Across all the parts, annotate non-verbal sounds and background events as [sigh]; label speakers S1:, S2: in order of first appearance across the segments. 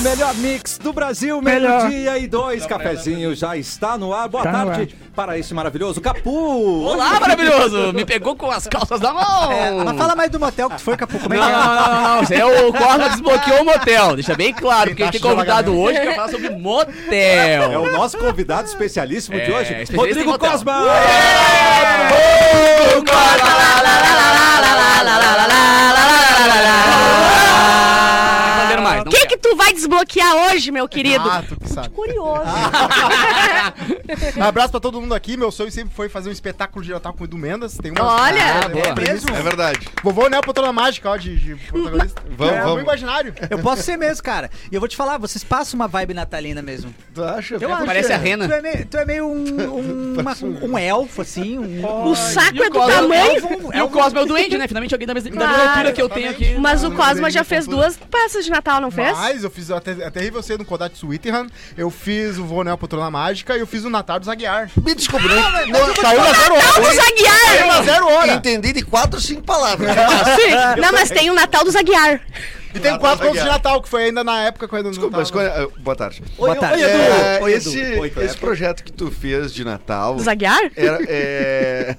S1: melhor mix do Brasil,
S2: Melhor.
S1: meio-dia e dois.
S3: né?
S1: Cafezinho já está no ar. Boa
S2: Tá no
S1: tarde para esse maravilhoso Capu.
S4: Olá, maravilhoso! Me pegou com as calças na mão!
S3: É,
S1: É,
S3: Mas fala mais do motel que tu foi, Capu. Como é
S4: Não,
S3: que é?
S4: não, não, não, não. Isso é o Corla desbloqueou o motel. Deixa bem claro, porque a gente tem
S3: Taxa de
S4: convidado hoje que vai falar sobre motel.
S1: É o nosso convidado especialíssimo de
S4: É,
S1: hoje,
S4: especialista em
S1: Rodrigo
S4: motel.
S1: Cosma.
S4: Não quero mais,
S5: O
S4: não
S5: que
S4: quero.
S5: que tu vai desbloquear hoje, meu querido?
S6: Ah, tu que sabe.
S5: Curioso.
S6: Um [laughs] abraço pra todo mundo aqui. Meu sonho sempre foi fazer um espetáculo de Natal com o Edu Mendes. Tem uma.
S5: Olha.
S4: Ah, boa.
S6: mesmo.
S7: É verdade.
S6: Vovô Neo Poltrona Mágica, ó, de, de protagonista.
S7: [laughs] Vamos,
S6: é,
S7: vamos.
S6: um imaginário.
S3: Eu posso ser mesmo, cara. E eu vou te falar, vocês passam uma vibe natalina mesmo.
S7: Tu acha?
S3: Eu acho.
S4: Parece a Rena.
S3: Tu é meio, tu é meio um, um, uma- um elfo, assim. Um...
S5: O saco
S4: E o
S5: é do
S4: Cosma-
S5: tamanho.
S4: E o Cosmo é o doente, né? Finalmente alguém da mesma, da mesma
S5: Claro.
S4: altura que eu tenho aqui.
S5: Mas o Cosma já fez
S6: tudo.
S5: duas peças de Natal, não fez?
S6: Mas eu fiz até, até aí você no Kodat Sweetheart, eu fiz o Vovô Neo Poltrona Mágica e eu fiz o Natal do Zaguiar.
S7: Me desculpe, não,
S4: Ah,
S7: não saiu na zero
S5: Natal do
S7: hora.
S5: Zaguiar!
S6: Mas zero
S7: Eu
S6: hora!
S7: Entendi de quatro a cinco palavras.
S5: Sim. Não, mas tem o Natal do Zaguiar.
S6: E tem quatro contos de Natal, que foi ainda na época quando eu não
S7: Desculpa,
S6: tava-
S7: mas qual é- boa tarde.
S3: Boa tarde.
S7: É,
S3: Oi, Edu.
S7: esse,
S1: Oi, Kleber.
S7: esse projeto que tu fez de Natal.
S5: Do Zaguiar?
S7: Era,
S6: [laughs]
S7: é,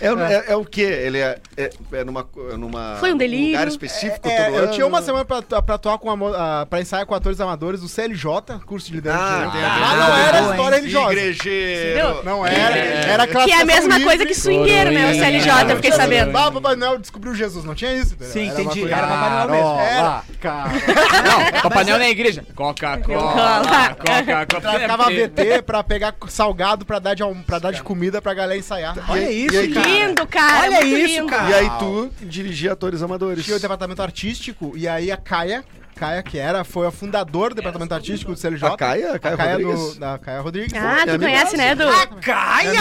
S7: é, é- é o quê? Ele é, é, é numa, é numa.
S5: Foi um delírio.
S7: lugar específico
S6: É,
S7: todo
S6: eu
S7: ano?
S6: tinha uma semana pra, pra atuar com amo- ah, pra ensaiar com atores amadores do CLJ, curso de liderança.
S7: Ah,
S6: Ah,
S7: tem a
S6: ah,
S7: ver.
S6: não era
S3: Boa, hein?
S6: história religiosa.
S7: Igrejeiro.
S6: Não era,
S4: É.
S6: era
S5: Que é a
S6: classificação
S5: mesma
S6: livre.
S5: coisa que swingueiro, né? O CLJ, eu fiquei sabendo.
S6: Ah, Papai Noel descobriu Jesus, não tinha isso? entendeu?
S3: Sim,
S6: Era uma
S3: entendi.
S6: coisa-
S3: Era Papai Noel mesmo.
S6: Era.
S4: Não, Papai Noel na igreja. Coca-Cola, Coca-Cola.
S5: é
S6: Traficava VT pra pegar salgado pra dar de, alm- pra dar de comida pra galera ensaiar.
S3: Olha isso,
S7: aí,
S3: cara.
S5: Lindo, cara.
S3: Olha
S5: muito
S3: isso,
S5: lindo.
S3: cara.
S7: E aí tu dirigia atores amadores.
S6: Tinha o departamento artístico e aí a Caia, Caia que era, foi a fundadora do departamento artístico do CLJ.
S7: A Caia? A Caia Rodrigues?
S6: do, da Caia Rodrigues.
S5: Ah,
S7: É
S5: tu conhece,
S7: amigaço.
S5: né, Edu?
S3: Caia!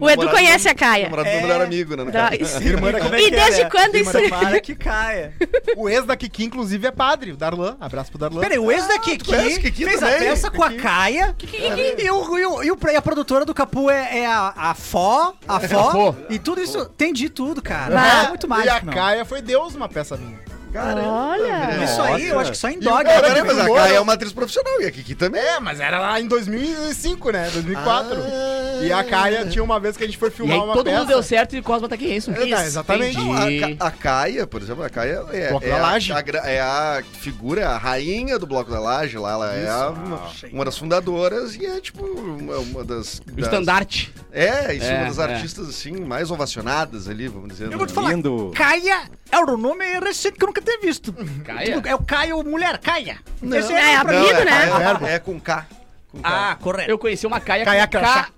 S5: O, o Edu
S7: Namorado-
S5: conhece a Caia.
S6: É.
S7: Namorado do meu melhor amigo, né? no
S5: Da- é
S7: caso.
S3: é
S5: E
S3: né?
S5: desde quando isso...
S3: [laughs] Para que caia.
S6: O ex da Kiki, inclusive, é padre, o Darlan. Abraço pro Darlan.
S3: Peraí, o ex da Kiki
S7: conhece Kiki
S3: fez a
S7: também?
S3: peça com a Caia. E, o, e, o- e o- e a produtora do Capu é, é a, a Fó, a Fó. E tudo isso, entendi tudo, cara.
S5: Bah.
S3: É
S6: e
S3: muito
S6: a
S3: mágico, meu.
S6: Caia foi Deus uma peça minha.
S5: Olha.
S3: Isso aí, eu acho que só em dog.
S7: É,
S3: né?
S7: peraí, mas a Caia é uma atriz profissional e a Kiki também.
S6: É, mas era lá em 2005, né? 2004.
S7: Ah.
S6: E a Caia tinha uma vez que a gente foi
S4: E
S6: filmar
S4: aí
S6: uma
S4: todo
S6: peça.
S4: mundo deu certo e o Cosma tá aqui, é isso?
S6: É, tá, exatamente.
S7: Não,
S4: Entendi.
S7: a, Ca- a Caia, por exemplo, a Caia é,
S6: Bloco
S7: é
S6: da
S7: a-
S6: Laje.
S7: a gra- é a figura, a rainha do Bloco da Laje lá. Ela é a- uma, uma das fundadoras e é tipo uma, uma das.
S4: O
S7: das-
S4: estandarte.
S7: É, isso,
S4: É,
S7: uma das
S4: é.
S7: artistas assim, mais ovacionadas ali, vamos dizer.
S3: Eu
S7: né?
S3: vou te falar,
S1: Lindo.
S3: Caia é o nome recente que eu nunca tinha visto.
S4: Caia?
S3: É o Caio Mulher, Caia. Esse
S5: É,
S3: o
S5: a
S3: pra mim.
S5: Bia- apelido,
S7: é,
S5: né?
S7: é- É, com K. Com K.
S3: Ah, correto.
S4: Eu conheci uma Caia
S6: Caia
S4: com
S6: Crachá.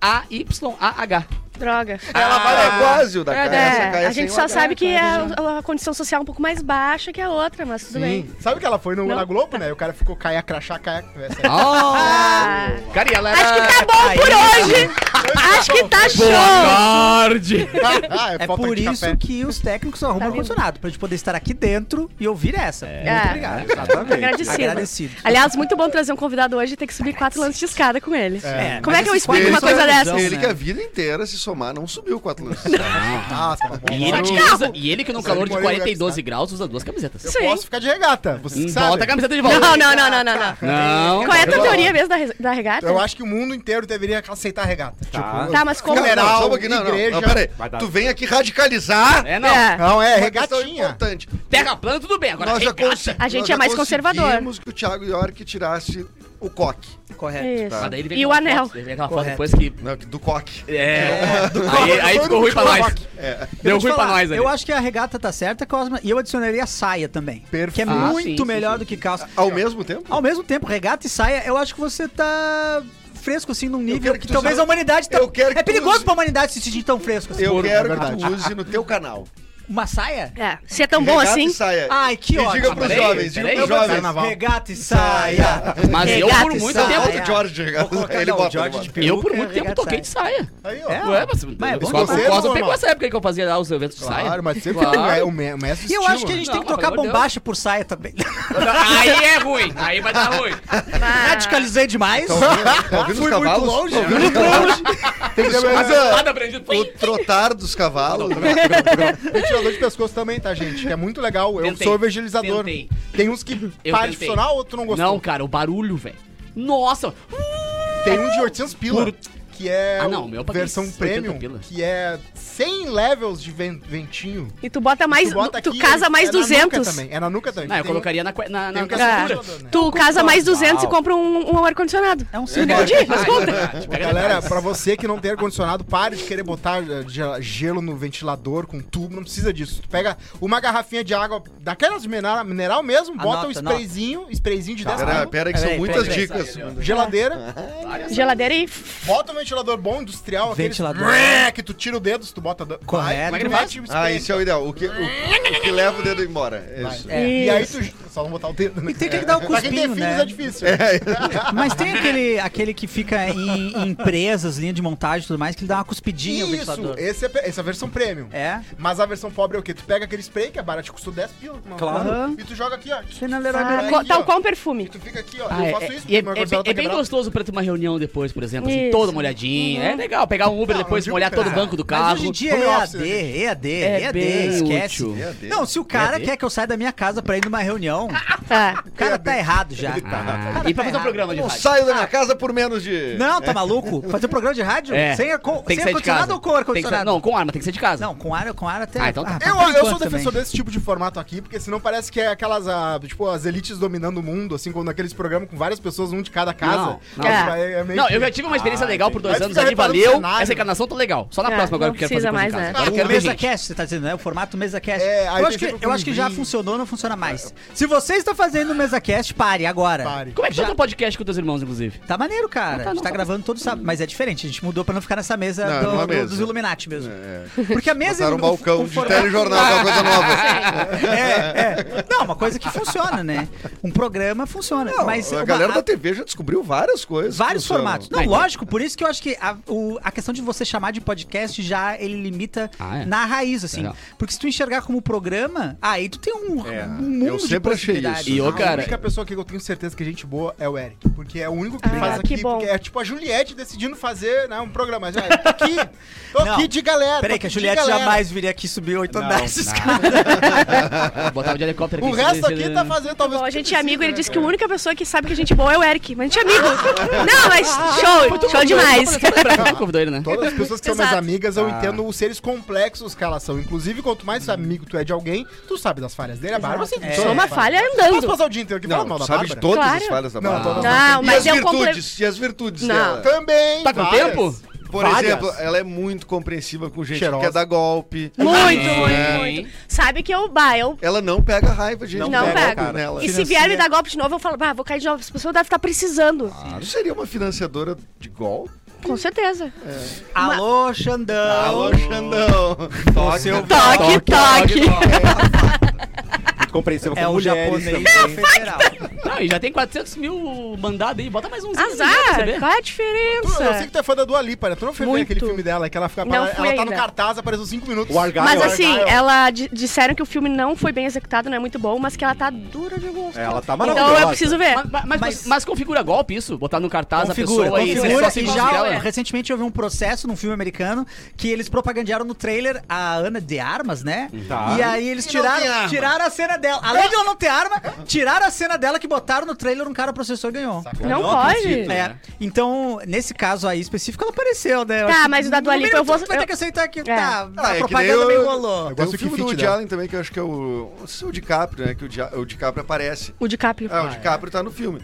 S4: K-A-Y-A-H.
S5: Droga.
S7: Ela vai é quase o da
S4: É,
S7: Caia. essa
S5: É,
S7: Caia
S5: a
S7: sem
S5: gente
S7: o
S5: só
S7: H.
S5: sabe que a, a condição social é um pouco mais baixa que a outra, mas tudo bem.
S6: Sabe que ela foi no,
S5: Não.
S6: na Globo, né? E o cara ficou Caia crachá, Caia. Essa aí.
S4: Ah.
S5: Ah,
S4: Cara, e ela era...
S5: acho que tá bom por hoje. Acho que tá show.
S4: tarde!
S6: [laughs] Ah,
S3: É
S6: falta
S3: por
S6: de
S3: isso
S6: café.
S3: que os técnicos arrumam
S5: Tá
S3: o condicionado, pra gente poder estar aqui dentro e ouvir essa. Muito
S5: É.
S3: obrigado.
S1: Exatamente.
S5: Agradecido.
S3: Agradecido.
S5: Aliás, muito bom trazer um convidado hoje e ter que subir quatro lances de escada com ele.
S3: É,
S5: Como é que eu
S3: mas
S5: explico
S7: isso
S5: uma
S7: é
S5: coisa
S3: ilusão,
S5: dessa?
S7: Ele
S3: né?
S7: que a vida inteira, se somar, não subiu quatro lances. Não.
S6: Nossa, tá bom.
S4: E ele, que
S5: carro.
S4: usa- e ele que no calor de
S6: Moreno
S4: 42 graus usa duas camisetas.
S5: Sim.
S6: Posso ficar de regata, vocês que
S4: Hum,
S6: sabem.
S4: Bota a camiseta de volta.
S5: Não, não, não, não, não, não.
S4: Não.
S5: Qual é a tua teoria mesmo da, re- da regata?
S6: Eu acho que o mundo inteiro deveria aceitar regata. Tipo,
S1: Tá.
S5: Tá, mas como?
S6: Galera,
S7: Não, só um pouquinho, não, não,
S6: igreja.
S7: não, peraí.
S1: Vai dar-
S7: Tu vem aqui radicalizar.
S4: É, não.
S5: É.
S6: Não, é
S7: uma questão
S6: regatinha.
S7: importante.
S4: Terra plana, tudo bem. Agora
S7: nós já
S4: regata.
S7: consi-
S5: A gente
S7: nós
S5: é
S7: já
S5: mais conservador.
S7: conseguimos que o Thiago York tirasse o coque.
S3: Correto.
S5: Isso.
S4: Mas daí ele vem
S5: E
S4: com
S5: o
S4: uma
S5: anel.
S4: foto, Ele vem aquela foto
S3: Correto.
S4: depois que...
S7: Não, né, do coque.
S4: É. Aí, aí ficou ruim pra nós.
S7: É,
S4: Deu
S3: Eu vou te
S4: ruim pra
S3: falar,
S4: nós aí.
S3: Eu acho que a regata tá certa, Cosma, e eu adicionaria a saia também.
S6: Perfeito.
S3: Que é
S4: Ah,
S3: muito
S4: sim, sim,
S3: melhor
S4: sim,
S3: do que calça.
S7: Ao mesmo tempo?
S3: Ao mesmo tempo, regata e saia, eu acho que você tá fresco assim num nível
S7: quero
S3: que,
S7: que tu
S3: talvez
S7: saiba-
S3: a humanidade tá...
S7: Eu quero que
S3: É
S7: tu
S3: perigoso
S7: use-
S3: pra humanidade se sentir tão fresco assim.
S7: Eu
S3: Por-
S7: quero
S3: é
S7: que tu
S3: verdade.
S7: use no teu canal.
S3: Uma saia?
S5: É, se é tão bom
S7: Regata e
S5: assim.
S7: saia.
S3: Ai, que
S7: e
S3: ótimo.
S7: diga pros
S4: Peraí,
S7: jovens, diga
S4: peraí.
S7: pros
S4: Eu vou
S7: jovens.
S6: dizer na Naval.
S3: Regata e saia.
S4: Mas eu
S5: Regata
S4: por
S5: e
S4: muito
S3: saia.
S4: tempo...
S7: Volta o George,
S3: Vou colocar,
S7: ele
S3: não,
S7: bota.
S3: George
S7: ele
S3: de
S7: bota.
S3: peruca,
S4: Eu por muito tempo
S3: regata
S4: toquei de
S3: e
S4: saia.
S6: Aí, ó.
S3: É,
S4: Ué, mas,
S3: mas é bom
S4: o Cosmo-
S6: demais.
S4: o Cosmo
S6: Você,
S4: pegou
S6: mano.
S4: essa época aí que eu fazia lá os eventos de saia.
S6: Claro, mas sempre
S4: Claro.
S6: é o me- o mestre
S3: E eu acho que a gente
S4: Não,
S3: tem que
S4: mas
S3: trocar
S4: pelo amor de
S3: bombacha por saia [laughs] também.
S4: Aí é ruim, aí vai dar ruim.
S5: Ah,
S3: Radicalizei demais.
S7: [laughs] Tá ouvindo os
S3: Fui muito
S7: cavalos?
S3: longe. né?
S7: Tá ouvindo os cavalos?
S6: Tem que
S7: Mas,
S6: lembrar-
S2: é,
S7: ah,
S4: Nada aprendido.
S7: o trotar dos cavalos.
S6: Ventilador de pescoço também, tá, gente? Que é muito legal. Eu
S4: Tentei.
S6: sou evangelizador.
S4: Tentei.
S6: Tem uns que
S4: Eu
S6: para de
S4: tentei.
S6: funcionar, outro não gostou.
S4: Não, cara, o barulho, velho. Nossa!
S6: Tem um de 800 pila,
S4: Por-
S6: que é
S4: Ah, não,
S6: o
S4: o meu eu paguei
S6: versão
S4: 80
S6: premium,
S4: pila.
S6: que é 100 levels de ven- ventinho.
S5: E tu bota mais. Tu,
S6: bota aqui,
S5: casa mais
S6: é Na nuca
S5: 200.
S6: também, é na nuca também.
S4: Não, eu
S6: Tem um-
S4: colocaria na. que- na, na
S6: tem um que é
S5: Ah,
S6: só ventilador, né?
S5: tu casa mais 200 e compra um, um ar-condicionado.
S3: É um
S5: Eu
S3: símbolo.
S5: entendi, mas conta.
S6: Galera, pra você que não tem ar-condicionado, pare de querer botar eh, ge- gelo no ventilador com tubo, não precisa disso. Tu pega uma garrafinha de água daquelas mineral, mineral mesmo,
S4: Ah,
S6: bota
S3: Anota,
S6: um
S3: anota.
S6: sprayzinho, sprayzinho de 10
S7: Tá. Pera,
S6: pila,
S7: pera aí, que são
S4: Peraí,
S7: muitas
S4: peraí, peraí.
S7: dicas.
S6: geladeira,
S5: Geladeira e.
S6: bota um ventilador bom, industrial, aquele
S3: Ventilador.
S6: que tu tira o dedo se tu bota... do-
S3: Correto.
S6: Vai, mete o
S7: Ah,
S6: spray.
S7: isso é o ideal. O que, o, o que leva o dedo embora. É Isso.
S3: É.
S6: E aí tu... Só não botar o dedo, né?
S3: E
S6: [laughs]
S3: tem que dar o
S6: Pra quem tem
S3: cuspinho,
S6: filhos
S3: né?
S6: é difícil.
S3: Mas tem aquele, aquele que fica em, em empresas, linha de montagem e tudo mais, que ele dá uma cuspidinha no
S6: Isso,
S3: ventilador.
S6: esse é, pe- essa é a versão premium.
S3: É.
S6: Mas a versão pobre é o quê? Tu pega aquele spray que é barato, custa 10 pila. uma
S1: Claro.
S6: porra, E tu joga aqui, ó.
S5: Ah,
S6: Aqui,
S5: co- tal
S6: Tá ó.
S5: qual um perfume.
S6: Tu fica aqui, ó.
S4: Ah,
S6: eu
S4: é,
S6: faço
S4: é-
S6: isso.
S4: e é- é bem-
S6: porque meu ar-condicionado tá
S4: é bem
S6: quebrado.
S4: gostoso pra ter uma reunião depois, por exemplo, assim,
S5: Isso.
S4: todo molhadinho. É legal pegar um Uber
S6: Não,
S4: depois,
S6: não digo
S4: molhar todo o
S6: pegar.
S4: banco do
S3: Mas
S4: carro.
S3: hoje em dia
S6: home
S3: é
S6: office,
S3: EAD,
S6: né,
S3: EAD,
S4: É
S3: EAD,
S4: bem
S3: esquece.
S4: útil.
S7: EAD.
S3: Não, se o cara
S4: EAD.
S3: quer que eu saia da minha casa pra ir numa [laughs] reunião,
S5: Ah,
S3: o cara tá errado [laughs] já.
S4: Ah,
S3: Cara,
S4: e pra fazer um
S3: tá errado.
S4: programa de
S7: Não
S4: rádio.
S7: saio da minha casa por menos de.
S3: Não, tá maluco? Fazer um programa de rádio?
S4: É,
S3: Sem, aco-
S4: tem que
S3: sem
S4: sair de casa.
S3: ar-condicionado ou com
S4: Tem que sa-
S3: ar-condicionado?
S4: Não, com arma, tem que sair de casa.
S3: Não, com ar, com ar até.
S4: Ah, então tá.
S3: por
S6: Eu, eu sou
S3: enquanto
S6: defensor
S3: também.
S6: desse tipo de formato aqui, porque senão parece que é aquelas, ah, tipo, as elites dominando o mundo, assim, quando aqueles programas com várias pessoas, um de cada casa.
S4: Não,
S6: que
S5: não.
S6: vai- é meio
S4: Não,
S6: que-
S4: eu já tive uma experiência legal por dois
S6: Vai
S4: anos
S6: ficar
S4: ali,
S6: reparando
S4: valeu.
S6: no cenário.
S4: Essa encarnação tô legal. Só na
S5: É,
S4: próxima agora
S5: não
S4: que eu quero
S5: precisa
S4: fazer coisa
S5: mais,
S4: em casa.
S5: né?
S4: Agora eu
S3: O
S4: quero ver gente.
S3: MesaCast, você tá dizendo, né? O formato MesaCast.
S6: É, aí
S3: eu
S6: tem
S3: acho, que,
S6: sempre
S3: eu
S6: um
S3: acho que já
S6: vinho.
S3: funcionou, não
S7: É,
S3: funciona mais. Se você está fazendo o MesaCast, pare agora.
S6: Pare.
S4: Como é que tá o teu podcast com teus irmãos, inclusive?
S3: Tá maneiro, cara.
S4: Não tá,
S3: a gente
S4: não,
S3: tá,
S4: tá
S3: gravando todo sábado, mas é diferente. A gente mudou pra não ficar nessa mesa,
S7: Não,
S3: do-
S7: numa
S3: do-
S7: mesa.
S3: dos Illuminati mesmo.
S7: É.
S3: Porque a mesa...
S7: Botaram um
S3: o-
S7: balcão
S3: o
S7: de
S3: formato-
S7: telejornal, uma coisa nova.
S3: [laughs] É, é. Não, uma coisa que funciona, né? Um programa funciona. mas
S7: a
S3: uma-
S7: galera tá
S3: a-
S7: da TV já descobriu várias coisas. que
S3: Vários
S7: funcionam.
S3: formatos. Não,
S4: Vai ter.
S3: lógico, por isso que eu acho que a, o- a questão de você chamar de podcast já ele limita
S4: Ah, é?
S3: na raiz, assim.
S4: Legal.
S3: Porque se tu enxergar como programa, aí tu tem um,
S7: É,
S3: um mundo
S7: eu sempre
S3: de
S7: achei isso.
S3: possibilidades.
S4: E eu,
S6: a
S4: cara.
S6: única pessoa que eu tenho certeza que é gente boa é o Eric. Porque é o único que
S5: Ah,
S6: faz aqui.
S5: que bom.
S6: Porque é tipo a Juliette decidindo fazer né, um programa. Já, eu tô aqui, tô
S3: Não.
S6: aqui de galera. tô
S3: Peraí, que
S6: aqui
S3: a
S6: de
S3: Juliette
S6: galera.
S3: jamais viria aqui subir oito andares.
S4: Botar o de helicóptero
S6: O
S4: aqui.
S6: resto aqui tá fazendo talvez.
S5: Bom,
S6: o
S5: a
S6: que
S5: gente é
S6: precisa,
S5: amigo, ele
S6: né,
S5: disse que a
S6: cara?
S5: única pessoa que sabe que a gente é bom é o Eric, mas a gente é amigo. Não, mas show, show demais.
S4: fazendo. convidou ele, né?
S6: Todas as pessoas que são minhas
S5: Exato.
S6: amigas,
S3: Ah.
S6: eu entendo os seres complexos que elas são. Inclusive, quanto mais amigo tu é de alguém, tu sabe das falhas dele. A Bárbara
S5: Exato.
S6: sempre
S3: É.
S6: soube
S5: Sou uma
S6: das falhas.
S5: falha
S6: Posso
S5: andando.
S6: passar o dia inteiro aqui
S7: Não,
S6: falando mal da
S7: sabe de
S6: Bárbara?
S7: todas as
S5: Claro.
S7: falhas da
S6: Não,
S7: Bárbara.
S6: todas
S5: Não,
S7: E
S5: mas
S7: as
S5: eu comple-
S7: virtudes, e as virtudes
S5: Não.
S7: dela.
S6: Também!
S4: Tá com
S6: várias.
S4: tempo?
S7: Por
S6: Várias.
S7: exemplo, ela é muito compreensiva com gente
S6: Cheirosa.
S7: que quer dar golpe.
S5: Muito,
S4: É.
S5: muito, muito. Sabe que eu, bah, eu
S7: Ela não pega raiva de gente.
S5: Não
S7: que dá
S5: pega.
S7: golpe Nela.
S5: E se vier me dar golpe de novo, eu falo, ah, vou cair de novo. Essa pessoa deve estar precisando.
S7: Tu Ah, seria uma financiadora de golpe?
S5: Com certeza.
S3: Alô, Xandão.
S7: Alô, Xandão. Toca.
S5: Toque, toque.
S1: Muito compreensível
S3: É
S1: com
S3: o
S1: mulheres
S3: japonês
S1: também.
S3: federal.
S4: Não, e já tem 400 mil mandados aí. Bota mais uns.
S5: Azar, qual é
S6: Tu- Eu sei
S5: a
S6: que
S5: diferença?
S6: tu é fã da Dua Lipa, né? Tu não foi ver
S5: Muito.
S6: aquele filme dela, que ela fica
S5: Não
S6: parada-
S5: fui
S6: Ela tá no
S5: ainda.
S6: cartaz, apareceu 5 minutos.
S1: O Argyle.
S5: Mas
S1: Gael,
S5: assim,
S6: Argyle.
S5: ela di- disseram que o filme não foi bem executado, não é muito bom, mas que ela tá dura de gosto.
S1: É, ela tá
S5: Então
S1: maravilhosa.
S5: eu preciso ver.
S4: Mas, mas- mas-
S3: Mas-
S4: mas configura golpe isso? Botar no cartaz
S3: Configura,
S4: a pessoa aí,
S3: configura.
S4: só se
S3: E
S4: considerar-
S3: já recentemente houve um processo num filme americano que eles propagandearam no trailer a Ana de armas, né?
S1: Tá.
S3: E aí eles tiraram, tiraram a cena dela. Além de ela não ter arma, tiraram a cena dela que botaram no trailer, um cara processou e ganhou.
S5: Não
S1: Não
S5: pode.
S1: acredito.
S3: É.
S4: né?
S3: Então, nesse caso aí específico, ela apareceu, né? Eu
S5: Tá,
S3: acho que
S5: mas o da Dua
S3: no
S5: Lipa
S3: mínimo
S5: eu vou-
S3: tu Vai ter que aceitar que tá.
S7: Ah,
S3: a
S7: é que nem
S3: propaganda
S7: o-
S3: me enrolou.
S6: Eu
S7: Tem
S6: gosto
S7: um
S6: do
S7: filme
S6: Kifit
S7: do Woody
S6: dela.
S7: Allen também, que eu acho que é o... Não sei se é o DiCaprio, né? Que o, Dia... o DiCaprio aparece.
S5: O DiCaprio.
S7: Ah, o DiCaprio tá no filme.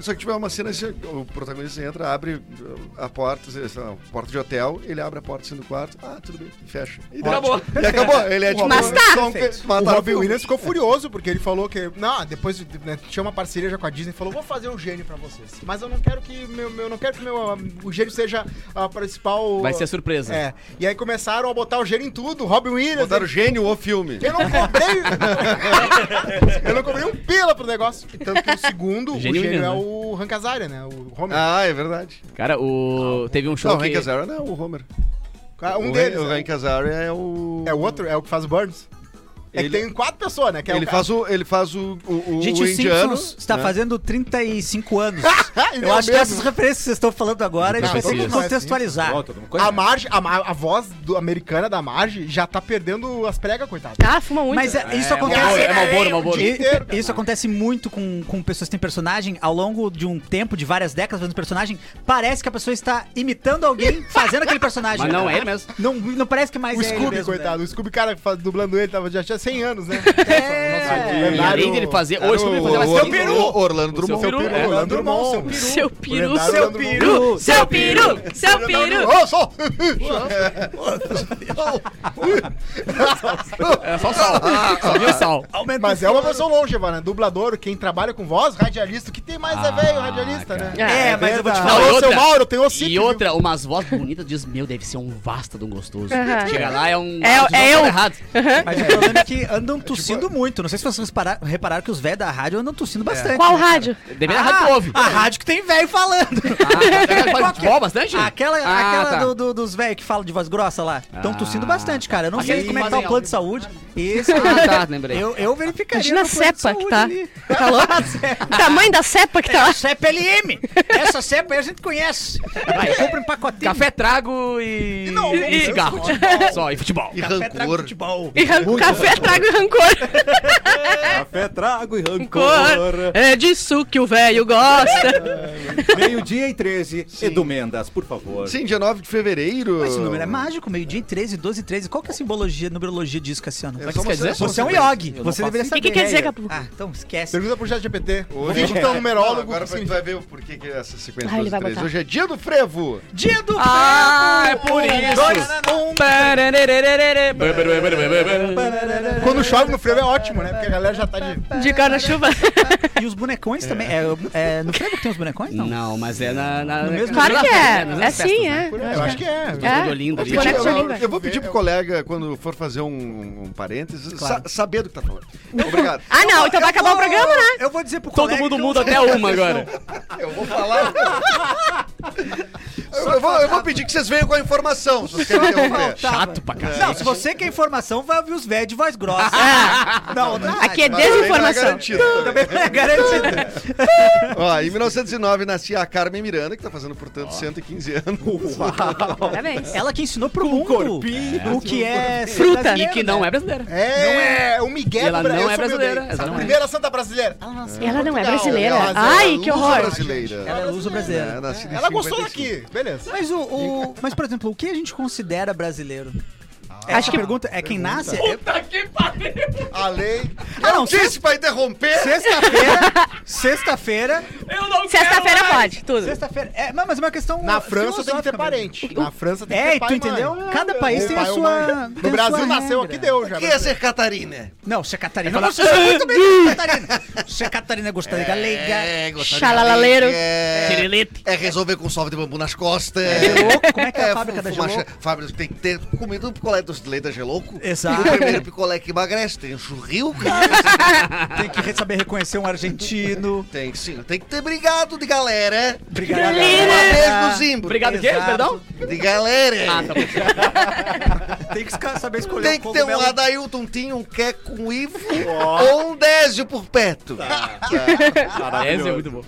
S7: Só que tiver uma cena, assim, o protagonista entra, abre uh, a porta, sei lá, porta de hotel, ele abre a porta assim do quarto, ah, tudo bem, fecha. E daí-
S4: Acabou.
S7: E acabou. Ele é tipo...
S5: Mas tá.
S7: só um pe-
S6: O
S7: mataram o
S6: Robin
S7: filme.
S6: Williams ficou furioso porque ele falou que. Não, depois de- né, tinha uma parceria já com a Disney falou: vou fazer um gênio pra vocês. Mas eu não quero que meu, meu- não quero que meu, ah, o gênio seja a principal.
S4: Vai ser surpresa.
S6: É. E aí começaram a botar o gênio em tudo, Robin Williams.
S7: Botaram gênio o filme.
S6: Eu não [laughs] cobrei. eu não cobrei um pila pro negócio. Tanto que o segundo,
S4: Gênio
S6: o gênio
S4: Williams,
S6: é
S4: né?
S6: o Hank Azaria, né? O Homer.
S7: Ah, é verdade.
S4: Cara, o... teve
S2: Então,
S4: um show
S7: Não, o
S4: que...
S7: Hank Azaria não é o Homer.
S6: Ah, um
S7: o
S6: deles.
S7: Han- o
S6: né?
S7: Hank Azaria é o...
S6: É o outro? É o que faz o Burns? É que
S7: Ele-
S6: tem quatro pessoas, né? Que é
S7: Ele
S6: o...
S7: faz o, ele faz o, o, o-
S3: Gente,
S7: o
S3: o
S7: indiano.
S3: Simpsons está
S4: tá
S7: né?
S3: fazendo 35 anos.
S7: [laughs]
S6: [laughs] Ele é
S3: Eu
S6: o
S3: acho que
S6: mesmo.
S3: essas referências que vocês estão falando agora, eles
S4: Não,
S3: vão ter que
S4: isso.
S3: contextualizar.
S1: Ó, todo mundo conhece.
S6: A Marge, a, ma- a voz do- americana da Marge já tá perdendo as pregas, coitada.
S5: Ah, fuma muito.
S3: Mas é- isso
S4: É,
S3: acontece.
S4: É Malboro, é Malboro.
S3: E- [laughs] Isso acontece muito com, com pessoas que têm personagem ao longo de um tempo, de várias décadas fazendo personagem. Parece que a pessoa está
S4: [laughs]
S3: imitando alguém fazendo aquele personagem.
S4: Mas não é ele mesmo.
S3: Não, não parece que mais
S6: o
S3: é ele
S6: Scooby,
S3: mesmo, né?
S6: coitado. O Scooby, cara, fa- dublando ele, tava, já tinha 100 anos, né?
S3: É.
S6: lendário-
S4: Além dele fazer. Hoje sobre ele fazer
S7: O-
S4: mais
S7: o-
S4: cinco-
S7: o- Orlando
S4: O seu
S7: Drummond.
S4: peru.
S7: É.
S6: Orlando Drummond, seu peru.
S5: Seu peru,
S6: lendário
S5: seu
S6: Orlando
S5: peru, seu peru, seu peru.
S7: Ô, só-
S4: É só sal. Só viu sal.
S6: Mas é uma versão longeva, né? Dublador, quem trabalha com voz, radialista. O que tem
S3: Ah,
S6: mais é velho radialista, né?
S3: É,
S5: É,
S3: mas eu vou te
S6: verdade.
S3: falar.
S6: Alô,
S4: e outra-
S6: seu Mauro, tem um o Cic,
S4: E
S6: viu?
S4: outra, umas vozes bonitas diz, meu, deve ser um vasta de um gostoso.
S5: Aham.
S4: Chega lá, é um...
S5: É-
S4: um
S5: é
S4: dinossauro
S5: eu.
S4: Errado.
S3: Mas o problema é que andam
S4: tipo
S3: tossindo muito. Não sei se vocês para- repararam que os velhos da rádio andam
S4: É.
S3: tossindo bastante. Ah,
S5: Qual rádio?
S4: Deve errar de novo.
S3: A rádio que tem
S4: [laughs]
S3: velho falando.
S4: Ah, faz futebol bastante?
S3: Aquela,
S4: Ah,
S3: aquela
S4: tá.
S3: do- do- dos velhos que falam de voz grossa lá. Estão
S4: Ah.
S3: tossindo bastante, cara. Eu não
S4: Aqueles
S3: sei como é que tá
S4: fazem
S3: o plano
S4: ao
S3: de
S4: vivo.
S3: saúde. Esse
S4: Ah, tá, lembrei.
S3: eu, eu verificaria.
S5: Imagina a
S3: no plano de
S5: cepa que
S3: saúde
S5: tá.
S3: ali.
S5: Tá louco? O tamanho da cepa que tá lá.
S3: Cepa LM. Essa cepa aí a gente conhece. Vai, compra um pacotinho.
S4: Café, trago e...
S6: não,
S4: e
S6: e-
S4: cigarro. Só, e futebol.
S7: E
S3: Café trago
S7: rancor.
S3: futebol.
S5: E ran- café, trago e rancor.
S3: Ah.
S1: Café, trago e
S5: Rancor.
S1: rancor.
S5: É disso que o velho gosta.
S1: Meio-dia e 13. Edu Mendas, por favor.
S7: Sim, dia 9 de fevereiro.
S3: Pô, Esse número é mágico, meio-dia em 13, 12 13. Qual que é a simbologia, numerologia disso, Cassiano?
S7: É
S4: que isso quer dizer?
S3: Você é um
S7: yoga.
S3: yogi.
S4: não
S3: Você
S4: faço
S3: deveria
S5: ideia.
S3: saber.
S5: O que que quer dizer,
S3: É.
S5: Capu?
S3: Ah, então esquece.
S6: Pergunta pro ChatGPT. O
S7: Hoje
S6: vídeo tá um numerólogo.
S7: Agora
S6: assim,
S7: tu vai ver por que que essa sequência
S5: Ah, ele vai
S7: 12, 13.
S5: botar.
S7: Hoje é dia do frevo.
S3: Dia do
S4: Ah, é por
S3: Frevo.
S4: isso.
S3: Dois, um.
S6: Quando chove no frevo é ótimo, né? Porque a galera já tá de...
S5: De guarda-chuva.
S3: E os bonecões também. É, é no frevo que tem os bonecões? Não.
S4: Não, mas é na... na
S3: No mesmo
S5: Claro
S4: na- nas
S5: que é. É
S4: festas,
S5: sim,
S4: né?
S5: é.
S6: Eu acho que é.
S5: É.
S4: Do Olinda ali.
S5: Os bonecos
S7: Eu- eu-
S5: de Olinda.
S7: Eu vou pedir pro colega, quando for fazer um, um parênteses, sa- saber do que tá falando. Obrigado.
S5: [laughs] Ah, não, então vai acabar o programa, né?
S3: Eu vou dizer pro
S4: Todo
S3: colega
S4: mundo
S3: que
S4: muda
S3: eu-
S4: até uma agora.
S7: Eu vou falar. eu, eu vou, eu vou pedir que vocês venham com a informação, se vocês querem interromper.
S3: Tá,
S4: Chato pra caralho.
S3: Não, se você quer informação, vai ouvir os velhos de voz
S5: [laughs]
S3: grossa. Não, outra
S5: Aqui é
S3: rádio.
S7: Mas também não é
S5: desinformação.
S7: garantido.
S3: Também não é garantido.
S7: Ó, em 1909 nascia a Carmen Miranda, que tá fazendo, portanto, 115 anos.
S5: Parabéns.
S3: Ela que ensinou pro mundo o que é ser
S5: Fruta.
S3: brasileiro,
S4: E que não
S3: né?
S4: é brasileira.
S6: É, o Miguel
S4: Ela
S6: do Bra-
S4: não
S6: eu
S4: é
S6: sou meu
S4: brasileira,
S6: bem.
S4: ela não é.
S6: Primeira santa brasileira.
S5: Ela não é
S6: Portugal,
S5: brasileira.
S6: ela-
S5: Ai, que horror.
S7: Brasileira.
S3: Ela é uso brasileira.
S7: nascida em
S6: Ela gostou
S7: 55.
S6: daqui. Beleza.
S3: Mas, o, o- mas, por exemplo, o que a gente considera brasileiro?
S5: Acho
S3: Acho
S5: que-
S3: que pergunta é quem nasce.
S6: A lei...
S3: Ah, não,
S7: Disse pra interromper.
S3: sexta-feira. Sexta-feira.
S5: Sexta-feira pode, tudo.
S3: Sexta-feira. É, não, mas é uma questão.
S6: Na França tem que ter
S3: filosófica mesmo.
S6: parente. Na França tem que
S3: É,
S6: ter
S3: e tu
S6: pai e mãe.
S3: entendeu? Cada país
S6: Ou
S3: tem a
S6: pai ou
S3: sua.
S6: mãe.
S3: tem
S6: No
S3: a
S6: Brasil
S3: sua
S6: nasceu
S3: regra.
S6: aqui, deu já.
S7: Quem é ser Catarina?
S3: Não, se a Catarina. Você é muito bem,
S6: [laughs]
S3: de Catarina. Se a Catarina gostar de galega.
S6: É.
S7: gostar de
S5: Xalalaleiro.
S7: galinha, É,
S4: Tirelete.
S7: é resolver com salve de bambu nas costas.
S3: Gelouco, Como é que é a fábrica da
S7: fumar
S3: Gelouco?
S7: cha- Fábrica tem que ter comido um picolé dos leite da Gelouco.
S3: Exato.
S7: E o primeiro picolé que emagrece, tem o
S3: [laughs]
S7: churril, cara.
S3: Tem que re- saber reconhecer um argentino.
S7: tem, sim, tem que ter brigado de galera.
S3: Obrigado.
S5: Galera.
S7: Uma vez no Zimbo.
S4: Obrigado o quê?
S3: Exato.
S4: Perdão?
S7: De galera.
S4: Ah, tá bom.
S3: Tem que esca- saber escolher
S7: Tem que ter um
S3: cogumelo.
S7: Adailton Tinho, um Queco, um Ivo ou um Désio por perto.
S4: Tá. Essa é muito bom.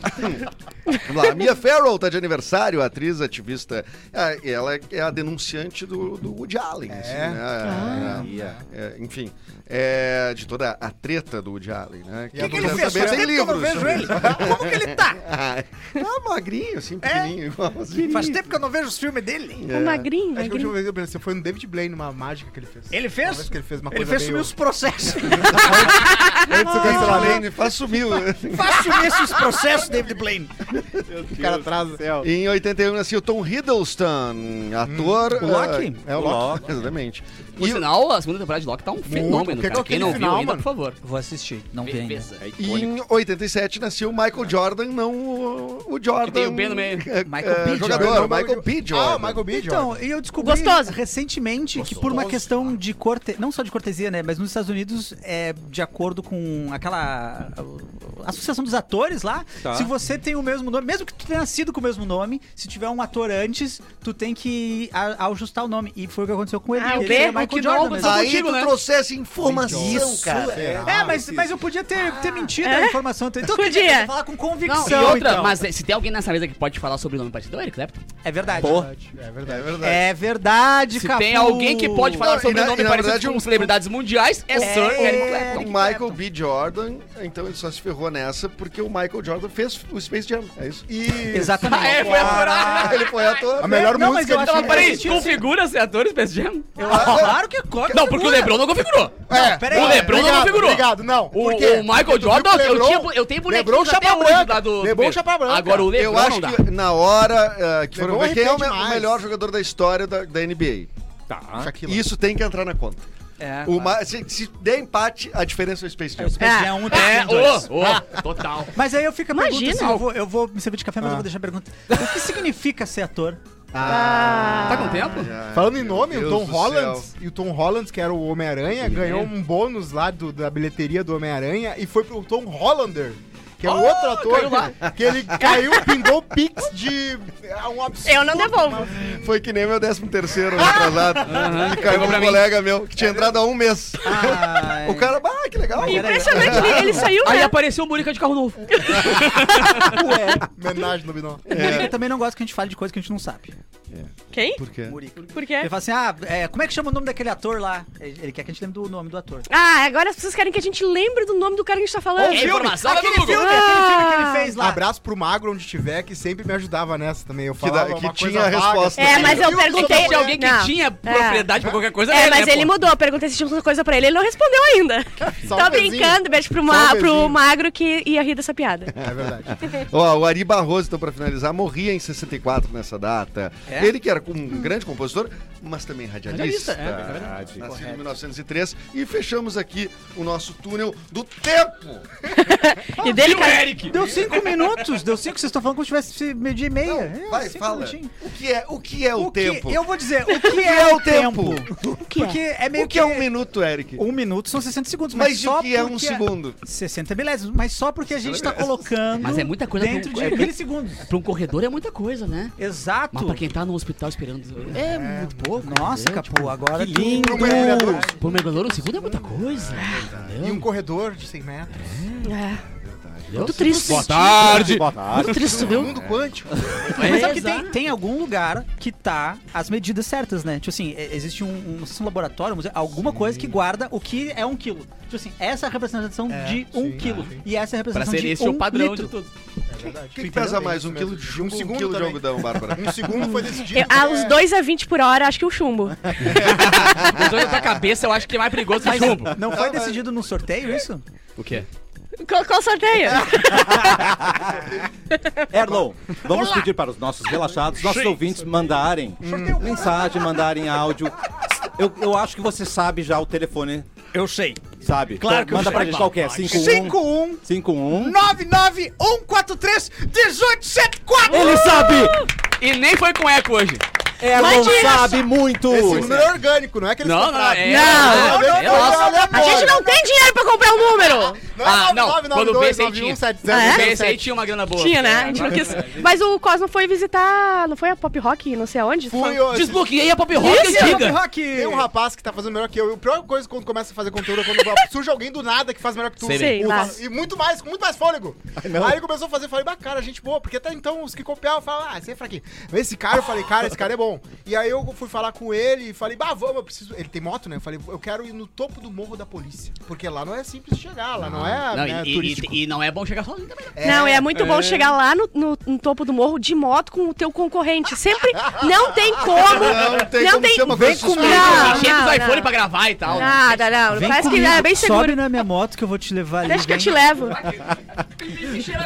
S7: Vamos lá, a Mia Farrow tá de aniversário, atriz, ativista. Ah, e Ela é a denunciante do, do Woody Allen, assim, né? É, é, enfim, é, de toda a treta do Woody Allen, né?
S6: E a
S3: O que, que ele
S6: Eu
S3: fez?
S6: também
S3: Faz
S7: Tem
S3: tempo que eu não
S7: livro.
S3: vejo
S7: sobre
S3: ele.
S7: isso.
S3: Como que ele tá?
S7: Ah, ah, magrinho, assim, pequenininho. igualzinho.
S3: Faz tempo que eu não vejo os filmes dele.
S5: O magrinho,
S6: Acho que a última
S5: magrinho.
S6: vez que eu pensei foi no David Blaine, uma mágica que ele fez.
S3: Ele
S6: Uma
S3: fez?
S6: vez que ele fez uma
S3: Ele
S6: coisa
S3: fez
S6: meio...
S3: sumir os processos. [laughs]
S6: Antes do cancelamento,
S7: Blaine, faz sumiu.
S3: Faz sumir esses processos, David Blaine.
S6: o cara atrás.
S7: em 81 nasceu Tom Hiddleston, ator.
S3: o Loki?
S7: ah, É o Loki, [laughs] exatamente.
S4: Por sinal, a segunda temporada de Loki tá um fenômeno,
S6: porque
S4: cara.
S6: aquele
S4: Quem não viu
S6: final,
S4: ainda,
S6: mano.
S4: por favor.
S3: Vou assistir. Não
S4: Vê-
S3: tem.
S4: vê
S3: ainda.
S4: essa.
S1: É
S7: E
S1: icônico.
S7: em 87 nasceu o Michael Jordan, não o, o Jordan.
S4: Que tem o B no meio.
S7: eh,
S3: Michael
S7: eh,
S3: B.
S7: Jogador,
S6: Jordan.
S7: Michael B. Jordan.
S6: Ah, o Michael B. Jordan.
S3: Então, e eu descobri
S5: Gostoso.
S3: recentemente que por uma questão de corte, não só de cortesia, né, mas nos Estados Unidos é de acordo com aquela a- a- associação dos atores lá,
S1: Tá.
S3: se você tem o mesmo mesmo nome, mesmo que tu tenha nascido com o mesmo nome, se tiver um ator antes, tu tem que a- ajustar o nome. E foi o que aconteceu com ele.
S5: Ah,
S3: porque
S5: o
S3: ele seria
S5: Beco
S3: Michael
S5: que
S3: Jordan
S5: não-
S3: mesmo.
S5: Só
S7: Aí
S4: contigo,
S7: tu
S4: né?
S7: trouxesse informação,
S3: Isso,
S7: cara.
S6: Ah,
S3: É, mas, mas eu podia ter, ter mentido a informação. Então tu
S5: Podia.
S3: podia falar com convicção.
S2: Ah. Não, e outra,
S3: então.
S2: mas se tem alguém nessa mesa que pode falar sobre o nome partido, é o Eric
S4: né?
S2: Clapton.
S3: É verdade.
S6: É
S7: É
S6: verdade.
S7: verdade.
S3: É verdade,
S2: Se
S3: Capu.
S2: tem alguém que pode
S7: Não,
S2: falar
S7: e
S2: sobre o
S7: na- e
S2: nome
S7: na
S2: parecido
S7: verdade,
S2: com
S7: o-
S2: celebridades mundiais, é Então, Sir Eric
S7: O
S2: Clapton.
S7: Michael B. Jordan, então ele só se ferrou nessa porque o Michael Jordan fez o Space Jam. É isso. E
S3: Exatamente.
S2: Ah, é, foi adorar.
S7: ele foi ator.
S6: A melhor
S3: Não, mas
S6: música
S3: eu
S6: de
S3: acho
S2: Então, mas
S3: que-
S2: peraí, configura ser ator Space Jam?
S3: Eu- claro que é corre.
S2: Não, porque o LeBron não configurou.
S6: É,
S3: peraí.
S2: o LeBron
S6: obrigado,
S2: não configurou.
S6: Obrigado, não.
S2: O,
S6: Por
S2: o
S6: quê?
S2: Michael
S6: viu que
S2: Jordan,
S6: o
S2: eu,
S6: LeBron-
S2: tinha, eu tenho
S6: LeBron
S2: bonequinhos até
S6: chapa
S2: hoje
S6: branca.
S2: lá do...
S6: LeBron chapa branca.
S2: Agora o
S7: Eu
S2: LeBron não
S7: acho
S2: dá.
S7: que na hora eh, que
S6: Levou
S7: foram ver quem é o, me-
S6: arrepende
S7: o
S6: mais.
S7: melhor jogador da história da, da NBA.
S1: Tá.
S6: Shaquille.
S7: Isso tem que entrar na conta.
S3: É.
S7: O Ma- se, se der empate, a diferença é o Space Jam.
S3: Os pés de um,
S2: É,
S3: tem dois.
S2: ô, ô, total.
S3: Mas aí eu fico a pergunta,
S5: Imagina.
S3: assim, eu, vou, eu vou me servir de café,
S2: Ah.
S3: mas eu vou deixar a pergunta. O que significa ser ator?
S2: Tá com tempo?
S6: Falando em nome,
S7: Meu
S6: o Tom
S7: Deus do
S6: Holland, e o Tom Holland, que era o Homem-Aranha, ganhou um bônus lá do- da bilheteria do Homem-Aranha e foi pro Tom Hollander. Que é
S5: Oh,
S6: um outro
S2: caiu lá.
S6: ator que, que ele caiu, pingou pix de. É um absurdo.
S5: Eu não devolvo.
S7: Foi que nem meu 13 terceiro atrasado. Que
S2: Pegou
S7: caiu com
S2: pra
S7: um
S2: mim.
S7: colega meu, que tinha entrado há um mês.
S3: Ah,
S2: é.
S7: O cara, ah, que legal.
S5: Impressionante, ele, ele saiu,
S2: Aí é.
S5: né?
S2: apareceu o Murica de carro novo.
S6: Homenagem no Binó.
S3: Murica também não gosta que a gente fale de coisa que a gente não sabe.
S5: Quem?
S7: Por quê?
S3: Murica.
S5: Por
S3: Ele
S5: quê?
S3: fala assim, ah, é, como é que chama o nome daquele ator lá? Ele ele quer que a gente lembre do nome do ator.
S5: Ah, agora as pessoas querem que a gente lembre do nome do cara que a gente tá falando.
S2: É informação lá no
S3: Aquele
S2: Google.
S3: filme,
S5: Ah.
S3: aquele filme que ele fez lá.
S6: Abraço pro Magro onde tiver, que sempre me ajudava nessa também. Eu
S7: dá-
S6: falava
S7: que
S6: uma
S7: tinha
S6: coisa
S7: a
S6: vaga.
S7: resposta.
S5: É, mas eu perguntei.
S2: Se alguém que
S5: Não.
S2: tinha propriedade pra qualquer coisa,
S5: É,
S2: né,
S5: mas
S2: pô?
S5: ele mudou. Eu perguntei se tinha alguma coisa pra ele. Ele não respondeu ainda.
S6: Só um
S5: Tô
S6: pezinho.
S5: brincando. Beijo pro,
S6: Só um
S5: ma-
S6: pezinho.
S5: pro magro que ia rir dessa piada.
S6: É verdade.
S7: Ó, o Ari Barroso, então, pra finalizar, morria em 64 nessa data.
S3: É?
S7: Ele que era um grande compositor, mas também radialista.
S3: é,
S1: Verdade.
S7: Nascido em 1903. E fechamos aqui o nosso túnel do tempo.
S5: E dele,
S2: E o
S5: cara.
S2: Eric?
S3: Deu cinco minutos, deu cinco, vocês estão falando como se tivesse meio dia e meia. É,
S7: Vai,
S3: cinco
S7: fala.
S3: minutinhos.
S7: O que é o, que é o,
S3: O que-
S7: tempo?
S3: eu vou [laughs] dizer, o que é o tempo?
S5: O que é?
S3: Porque é meio
S7: O que é um minuto, Eric?
S3: Um minuto são 60 segundos, mas,
S7: Mas e
S3: só
S7: o que é um
S3: porque-
S7: segundo?
S3: 60 milésimos, mas só porque a gente tá colocando
S2: Mas é muita coisa
S3: dentro
S2: pro-
S3: de
S2: é pro-
S3: milissegundos.
S2: Pra um corredor é muita coisa, né?
S3: Exato.
S2: Mas pra quem tá no hospital esperando. É, muito pouco.
S3: Nossa,
S2: entendeu?
S3: Capu, agora
S2: que
S3: tu-
S2: lindo.
S6: Pro mergulhador.
S2: Tipo, Pro mergulhador, um segundo é muita coisa.
S6: E um corredor de 100 metros.
S5: É.
S2: entendeu?
S5: Muito triste.
S4: Boa tarde.
S5: Muito triste, tu
S6: É o
S5: viu?
S6: mundo quântico.
S3: Mas sabe
S2: É,
S3: que tem, tem algum lugar que tá as medidas certas, né? Tipo assim, é- existe um, um, não sei se é um laboratório, um museu, alguma coisa que guarda o que é um quilo. Tipo assim, essa é a representação de um
S6: sim,
S3: quilo.
S6: sim.
S3: E essa é a
S2: Pra
S3: representação
S2: ser
S3: de
S2: esse
S3: um
S2: o padrão
S3: litro.
S2: de tudo.
S7: O que, que pesa mais? Um quilo de chumbo ou um,
S6: segundo
S7: quilo de
S6: também.
S7: algodão, Bárbara?
S6: Um segundo foi decidido.
S5: Eu, ah, os
S6: É.
S5: 2 a 20 por hora, acho que o chumbo.
S2: Mas olha pra cabeça, eu acho que é mais perigoso que chumbo.
S3: Não foi decidido no sorteio isso?
S2: O quê?
S5: Qual, qual sorteio?
S1: É, Erlon, vamos pedir para os nossos relaxados, nossos ouvintes, mandarem mensagem, mandarem áudio. Eu, eu acho que você sabe já o telefone,
S3: Eu sei.
S1: sabe?
S3: Claro que eu
S1: Manda
S3: sei.
S1: pra gente qual que é? 51
S3: 51
S1: 51
S3: 99143 1874!
S1: Ele sabe!
S2: E nem foi com eco hoje.
S1: Erlon
S5: Mas isso-
S1: sabe muito! Tá
S6: Esse número é orgânico, não é que eles
S2: Não, não,
S6: compraram.
S2: é.
S5: Não,
S2: é,
S6: não,
S2: é
S6: não,
S2: nosso.
S6: não, não,
S5: A gente não tem dinheiro pra comprar o número!
S2: Ah, não. Quando o BSI tinha.
S5: É?
S2: O BSI tinha uma grana boa.
S5: Tinha, né?
S2: É,
S5: A gente não
S2: agora-
S5: quis. Mas o Cosmo foi visitar. Não foi a Pop Rock, não sei aonde?
S6: Fui hoje.
S2: Desbloqueei a pop rock
S5: Isso,
S2: antiga.
S6: Tem um rapaz que tá fazendo melhor que eu. E a pior coisa quando começa a fazer conteúdo é quando [laughs] surge alguém do nada que faz melhor que tu.
S2: Sei
S5: bem.
S6: Eu
S5: Sei,
S6: falo, e muito mais, com muito mais fôlego. Aí ele começou a fazer, eu falei, bah, cara, gente boa, porque até então os que copiavam falavam, ah, esse é fraquinho. Esse cara, eu falei, cara, esse cara é bom. E aí eu fui falar com ele e falei, bah, vamos, eu preciso. Ele tem moto, né? Eu falei, eu quero ir no topo do morro da polícia. Porque lá não é simples chegar, lá não
S2: Ah.
S6: é,
S2: Não,
S6: né,
S2: e- e,
S6: turístico.
S2: e- e não é bom chegar sozinho também. não.
S5: Não, é muito bom chegar lá no, no- no topo do morro de moto com o teu concorrente. Sempre não tem como.
S7: Não tem como ser uma coisa
S5: Vem
S7: suspeita.
S5: Não,
S2: Tem cheio
S5: não,
S2: dos iPhone
S5: não.
S2: pra gravar e tal.
S5: Nada, não.
S3: Vem
S5: Parece que
S3: comigo,
S5: é bem
S3: sobe
S5: seguro.
S3: na minha moto que eu vou te levar ali.
S5: Deixa que eu
S3: vem.
S5: te levo.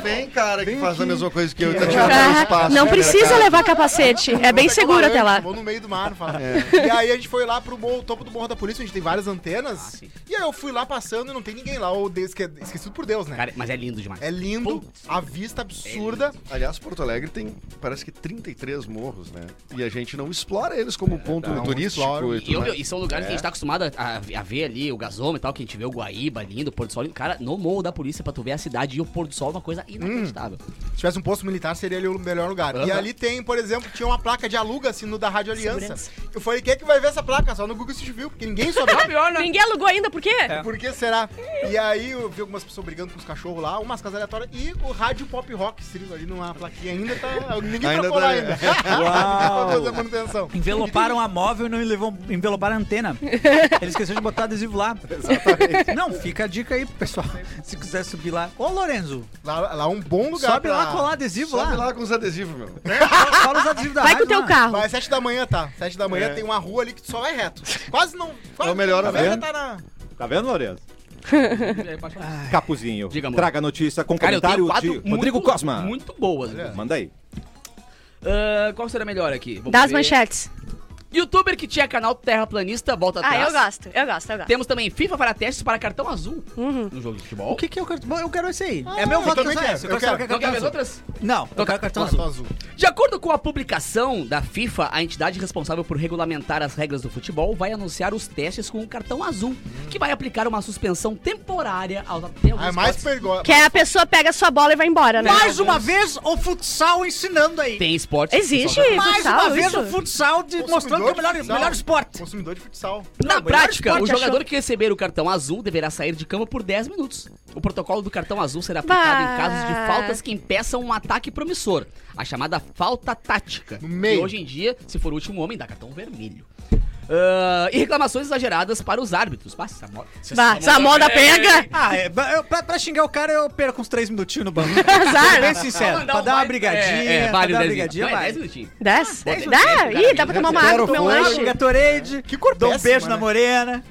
S7: Tem cara que faz a mesma coisa que eu.
S3: [laughs]
S7: Tá
S5: Ah,
S7: tirando espaço.
S5: não
S7: né,
S5: precisa
S7: cara?
S5: levar capacete. É
S6: Vou
S5: bem
S6: até
S5: seguro
S6: Guarante,
S5: até lá.
S6: Vou no meio do mar, não fala. E aí a gente foi lá pro morro, topo do morro da polícia, a gente tem várias
S5: Ah,
S6: antenas. e aí eu fui lá passando e não tem ninguém lá, ou Deus, que é esquecido por Deus, né?
S2: Cara, mas é lindo demais.
S6: é lindo, a vista
S5: É
S6: absurda.
S7: Aliás, Porto Alegre tem, parece que 33 morros, né? E a gente não explora eles como ponto
S6: não
S7: turístico
S6: explora.
S7: tá, e
S2: E,
S7: tudo
S2: eu,
S7: mais.
S2: meu, e são lugares que a gente tá acostumado a, a- a ver ali o gasômetro e tal, que a gente vê o Guaíba lindo, o Porto do Sol lindo. Cara, no Morro da Polícia, pra tu ver a cidade e via o pôr do sol, é uma coisa inacreditável.
S6: Se tivesse um posto militar, seria ele o melhor lugar. E ali tem, por exemplo, tinha uma placa de aluga-se no da Rádio Aliança. Eu falei, quem é que vai ver essa placa? Só no Google Street View, porque ninguém
S5: [laughs]
S6: soube.
S5: Ninguém alugou ainda, por quê?
S6: Por que será? E aí eu vi algumas pessoas brigando com os cachorros lá, umas casas aleatórias, e o rádio pop rock escrito ali numa plaquinha ainda tá. Ninguém
S7: Ainda
S6: trocou
S7: tá-
S6: lá
S7: [laughs]
S6: ainda.
S1: Uau.
S6: Tá fazendo manutenção.
S3: Enveloparam a móvel e não enlevou- enveloparam a
S5: [laughs]
S3: antena. Ele esqueceu de botar adesivo lá. Exatamente. Não, fica a dica aí, pessoal. Se quiser subir lá. Ô, Lorenzo,
S6: Lá, lá é um bom lugar.
S3: sobe lá
S6: pra-
S3: colar adesivo
S7: Sobe
S3: lá.
S7: lá com os adesivos, meu.
S3: Cola os adesivos da
S5: Vai com o
S3: rádio
S5: teu
S3: lá.
S5: carro.
S6: Mas às sete da manhã tá. Sete da manhã tem uma rua ali que só vai reto. Quase não. Quase,
S7: o melhor
S6: tá
S7: horário.
S6: vendo? Tá na-
S1: Tá vendo, Lourenço? Capuzinho,
S2: Diga, amor.
S1: traga a notícia com
S2: Cara, eu tenho
S1: comentário
S2: quatro
S1: de
S2: muito-
S1: Rodrigo Cosma.
S2: Muito boas.
S1: Manda aí.
S2: Ah, qual será melhor aqui? Vamos
S5: Das
S2: ver.
S5: manchetes.
S2: Youtuber que tinha canal terraplanista, volta
S5: Ah,
S2: atrás.
S5: eu gosto, eu gosto, eu gosto.
S2: Temos também FIFA para testes para cartão azul
S5: Uhum.
S2: no jogo de futebol.
S3: O que que eu quero? Bom, Eu quero esse aí. é meu
S6: eu
S3: voto
S6: também
S3: só
S6: quero,
S3: esse.
S6: eu
S3: saber
S6: quero.
S3: o
S2: Não
S3: que
S2: quer
S3: é
S2: ver as
S3: cartão azul.
S2: outras?
S3: Não, eu quero cartão
S6: Cartão
S3: azul.
S6: Tá azul.
S2: De acordo com a publicação da FIFA, a entidade responsável por regulamentar as regras do futebol vai anunciar os testes com o cartão azul, que vai aplicar uma suspensão temporária aos até
S6: Ah, é
S2: alguns
S6: mais
S2: esportes.
S6: perigosa.
S5: Que a pessoa pega a sua bola e vai embora, né?
S3: Mais uma vez, o futsal ensinando aí.
S2: Tem esporte.
S5: Existe
S3: Mais
S5: futsal,
S3: uma vez,
S5: isso? tá?
S3: o futsal de-
S6: Consumidor
S3: mostrando que é o melhor,
S6: de futsal.
S3: melhor esporte.
S6: Consumidor de futsal.
S2: Na
S3: Não,
S2: prática, o
S5: melhor
S2: é
S5: esporte,
S2: jogador
S5: achou.
S2: que receber o cartão azul deverá sair de campo por 10 minutos. O protocolo do cartão azul será aplicado
S5: Bah.
S2: em casos de faltas que impeçam um ataque promissor, a chamada falta tática.
S6: No meio.
S2: E hoje em dia, se for o último homem, dá cartão vermelho. Ah, e reclamações exageradas para os árbitros. Bah, essa mo-
S5: Bah, essa moda pega.
S3: Ah, é, ba- eu- pra, pra xingar o cara, eu perco uns três minutinhos
S5: [laughs]
S3: no banco.
S5: Azar.
S3: Bem sincero, pra dar uma brigadinha,
S2: um É, é,
S3: pra
S2: vale
S3: dar uma
S2: 10
S3: brigadinha,
S2: Não, é
S3: vai.
S2: 10 minutinhos.
S5: Desce?
S2: Dez,
S5: Dá?
S2: dez,
S5: Ih,
S2: cara.
S5: dá pra tomar uma água, comer um
S3: Fora,
S5: lanche.
S3: um Gatorade,
S6: Que cor
S3: dou um
S6: péssima,
S3: beijo na
S6: né?
S3: morena.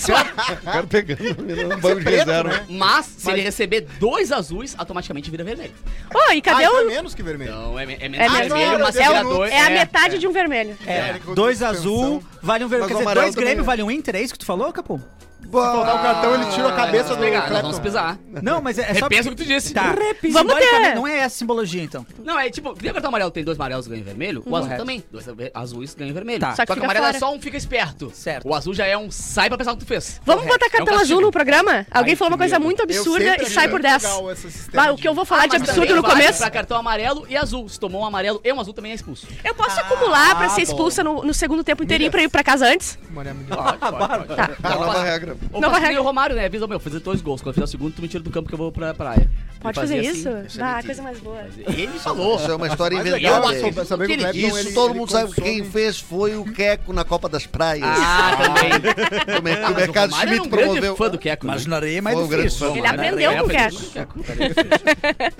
S7: O cara pegando no
S1: é
S7: banco de
S1: né?
S7: reserva.
S2: Mas, se ele receber dois azuis, automaticamente vira vermelho.
S5: Ô, e cadê
S6: Ah, então é
S5: o...
S6: menos que vermelho.
S2: Então, é, me- é
S5: É
S2: menos
S5: menos.
S2: vermelho, mas se
S5: É,
S2: vira
S5: o-
S2: dois...
S5: é a metade de um vermelho.
S3: É,
S6: que eu
S3: dois
S6: tenho
S3: azul, vale um
S7: Mas
S3: vermelho.
S7: o
S3: Quer dizer,
S7: amarelo
S3: dois
S7: também
S3: Grêmio,
S7: é.
S3: vale um Inter, é isso que tu falou, Capô?
S6: Faltar o cartão, ele tira a cabeça do
S2: Pegar, nós
S6: Clapton.
S2: Ah, vamos pisar.
S3: Não, mas é, é só...
S2: Repensa o que tu disse.
S3: Tá.
S5: Vamos ter.
S3: Simbolicamente, Não é essa a simbologia, então.
S2: Não, é tipo, que nem o cartão amarelo tem dois amarelos ganha vermelho, o azul também. Dois ave- azuis ganha vermelho.
S3: Tá.
S5: Uhum. Só que
S2: Só que o
S5: fica
S2: amarelo
S5: fora.
S2: é só um fica esperto.
S3: Certo.
S2: O azul já é um sai pra pensar o que tu fez.
S5: Vamos
S2: Correto.
S5: botar cartão
S2: É um castigo.
S5: azul no programa? Alguém
S2: Ai,
S5: falou uma
S2: que
S5: coisa
S2: medo.
S5: muito absurda
S6: sempre
S5: e sai
S6: achei
S5: por
S6: muito
S5: 10.
S6: legal esse sistema
S5: Bah, o
S6: de-
S5: que eu vou falar de
S2: Mas
S5: absurdo
S2: também
S5: no
S2: vale
S5: começo...
S2: Pra cartão amarelo e azul. Se tomou um amarelo e um azul também é
S5: [laughs]
S2: expulso.
S5: Eu posso acumular
S2: Ah,
S5: pra ser expulsa no, no segundo tempo inteirinho pra ir pra casa antes?
S6: Mano, é muito-
S5: Ah,
S2: Pode, pode, pode.
S5: Tá.
S7: A nova regra.
S2: Ou
S5: Nova
S2: faço que nem
S5: regra.
S2: o Romário, né? Avisa, meu, fazer dois gols. Quando eu fizer o segundo, tu me tira do campo que eu vou pra praia.
S5: Pode
S2: Ele
S5: fazer
S2: fazia
S5: isso?
S2: assim.
S5: ah,
S7: excelente.
S5: coisa mais boa.
S2: Ele falou.
S7: Isso é uma história
S6: Mas
S7: inventada.
S6: legal,
S2: Eu
S6: é
S2: acho
S6: saber- saber que o
S2: que ele-
S6: Clapton,
S7: Isso
S6: ele-
S7: todo
S6: ele
S7: mundo sabe.
S6: consome-
S7: Quem fez foi o Queco na Copa das Praias.
S2: Ah, também.
S7: Como é que o
S2: Mas o
S7: mercado
S2: Romário era
S7: Schmidt
S2: um grande
S7: promoveu.
S2: fã do Keco. né?
S3: Imaginaria, mas
S7: Foi um grande fã.
S5: Ele
S7: Mas
S5: aprendeu com o Keco.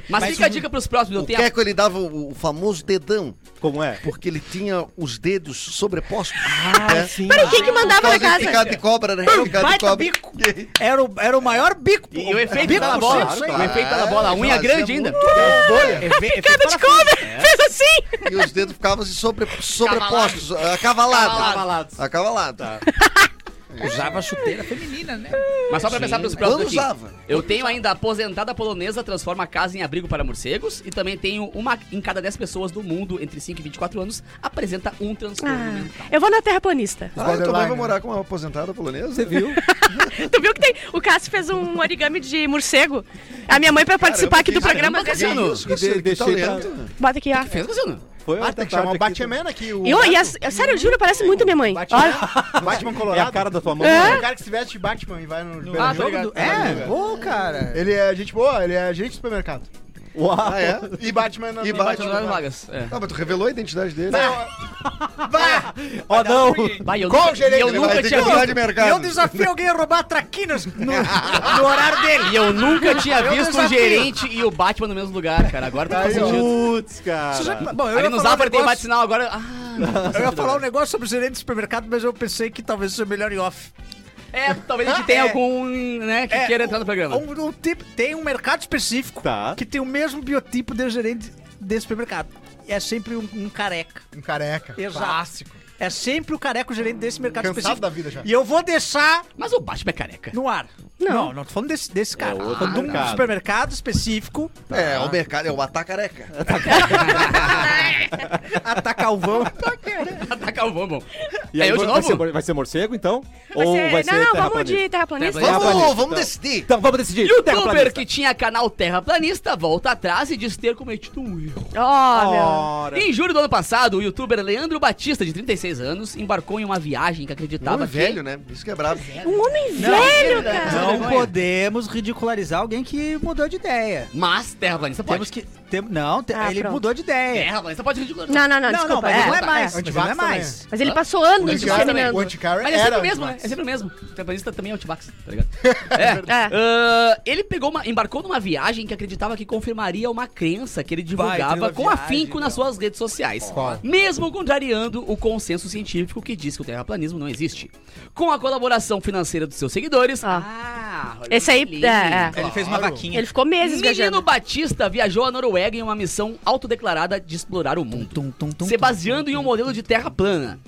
S2: [laughs] Mas fica a dica pros próximos. Eu
S7: O
S2: tenho a
S7: Queco ele dava o, o famoso dedão,
S1: Como é?
S7: porque ele tinha os dedos sobrepostos.
S1: Ah,
S7: né?
S1: sim.
S5: Peraí, quem que mandava na
S7: Por causa de
S5: casa?
S7: picada de cobra, né? Picada de
S3: Baita
S7: cobra.
S3: bico. Era o, era o maior bico.
S2: E o efeito
S3: bico
S2: da
S3: com [laughs]
S2: bola.
S3: senso, hein?
S2: O efeito da bola. A unha
S7: Ah, Fazia
S2: grande ainda.
S7: muito bolha.
S3: Efe-
S5: Cara
S3: efeito para-
S5: de cover! Fez assim!
S7: E os dedos ficavam assim sobre, ah, sobrepostos, acavalados.
S2: Acavalados.
S7: Ah, Acavalados.
S3: Usava chuteira feminina, né?
S2: Mas só pra pensar pros
S7: Quando
S2: próximos aqui.
S7: usava.
S2: Eu tenho ainda a aposentada polonesa transforma a casa em abrigo para morcegos e também tenho uma em cada 10 pessoas do mundo entre 5 e 24 anos apresenta um transtorno mental.
S5: Ah, eu vou na terraplanista. [laughs]
S7: Ah, eu também
S6: borderline, né?
S7: vou morar com uma aposentada polonesa.
S1: né? Você viu?
S5: Tu viu que tem. O Cássio fez um origami de morcego. A minha mãe, pra participar aqui do
S7: que
S5: programa,
S2: caramba,
S5: desse.
S2: cara.
S7: Que isso, que
S1: De-
S7: que
S1: deixei pra-
S7: talento.
S5: Bota aqui, ó.
S2: Fez, Luciano?
S1: Foi
S6: Ah, tem que chamar o
S1: É
S6: Batman aqui. O
S5: E, ó, e as- sério, eu juro, parece muito minha mãe. Olha.
S6: Batman
S1: É
S6: colorado.
S1: a cara da tua mão.
S5: [laughs] É?
S6: É o cara que se veste de Batman e vai no...
S2: Ah,
S6: jogo. né?
S2: tá ligado.
S3: É, ô, cara.
S6: Ele é gente boa, ele é gente do supermercado.
S1: Uau.
S7: Ah, é?
S6: E Batman... na-
S7: E
S6: na-
S7: Batman.
S2: Batman Vagas. É.
S7: Ah, mas tu revelou a identidade dele.
S1: Oh, não.
S2: Vai, eu
S6: Qual
S2: nunca,
S6: o gerente
S2: e eu
S6: que
S7: Ele vai
S2: nunca
S7: ter que
S2: tinha
S7: mudar de
S2: visto.
S7: mercado.
S3: Eu desafio alguém a roubar traquinas no, no horário dele.
S2: E eu nunca tinha
S3: Eu
S2: visto um
S3: desafio.
S2: gerente e o Batman no mesmo lugar, cara. Agora tá
S6: Aí, ó.
S2: sentido.
S1: Putz, cara.
S3: Bom, eu
S2: Ali
S3: ia
S2: no
S3: falar um
S2: Zafra tem
S3: negócio-
S2: bate-sinal agora. Ah,
S3: Eu ia falar um negócio sobre o gerente do supermercado, mas eu pensei que talvez seja melhor em off.
S2: é, talvez a gente tenha
S3: É.
S2: algum, né, que
S3: É,
S2: queira entrar no programa.
S3: Um, um tipo, tem um mercado específico
S1: Tá.
S3: que tem o mesmo biotipo de gerente de supermercado. É sempre um, um careca.
S6: Um careca.
S3: Exato.
S6: Clássico.
S3: É sempre o careca o gerente desse mercado
S6: Cansado
S3: específico.
S6: da vida já.
S3: E eu vou deixar
S2: Mas o Batman é careca.
S3: no ar.
S5: Não.
S3: Não, não tô falando desse, desse cara.
S1: outro
S3: Tô falando de um
S1: mercado.
S3: supermercado específico, [laughs]
S7: É, o mercado, é o Atacareca.
S3: Atacalvão.
S2: [laughs]
S4: Atacar o vamos.
S1: E
S4: É
S1: aí,
S4: eu de
S1: vai,
S4: novo?
S1: Ser, mor- vai ser morcego, então?
S5: Vai
S1: Ou
S5: ser-
S1: vai ser
S5: não, vamos
S1: terraplanista?
S5: de
S2: Terraplanista.
S5: terraplanista.
S7: Vamos,
S1: Terraplanista.
S7: vamos decidir.
S1: Então, vamos decidir.
S2: Youtuber
S1: Terraplanista.
S2: que tinha canal Terraplanista volta atrás e diz ter cometido um erro.
S5: Ó, meu.
S1: Ora.
S2: Em julho do ano passado, o youtuber Leandro Batista, de 36 anos, embarcou em uma viagem que acreditava
S7: Homem
S2: que...
S7: velho, né? Isso que é brabo.
S5: Um homem velho, cara.
S3: Não podemos ridicularizar alguém que mudou de ideia.
S2: Mas terraplanista pode.
S3: Temos que. tem- não, te-
S5: Ah,
S3: ele
S5: pronto.
S3: mudou de
S1: É.
S3: ideia.
S2: Terraplanista pode ridicularizar.
S5: Não, não, não,
S3: Não,
S5: desculpa.
S3: não, mas ele não é
S5: é,
S3: mais.
S5: é.
S3: mas ele não é mais.
S5: Mas ele passou anos
S2: Antivax também.
S5: discriminando.
S6: né? O anticarro
S2: Mas é sempre
S6: era
S2: um o mesmo, né?
S6: antivax.
S2: É sempre o mesmo. O terraplanista também é antivax, tá ligado? É. Ah, ele pegou uma, embarcou numa viagem que acreditava que confirmaria uma crença que ele divulgava
S3: teve uma
S2: com
S3: viagem,
S2: afinco nas
S3: então.
S2: suas redes sociais.
S6: Qual?
S2: Mesmo contrariando o consenso científico que diz que o terraplanismo não existe. Com a colaboração financeira dos seus seguidores.
S5: Ah.
S2: rolou
S5: Esse aí,
S2: um
S5: é, é.
S2: link.
S3: Ele fez uma
S6: Claro.
S3: vaquinha.
S5: Ele ficou meses
S2: Menino
S5: viajando.
S2: Batista viajou à Noruega em uma missão autodeclarada de explorar o mundo
S3: Tum, tum, tum,
S2: se baseando em um modelo de terra plana.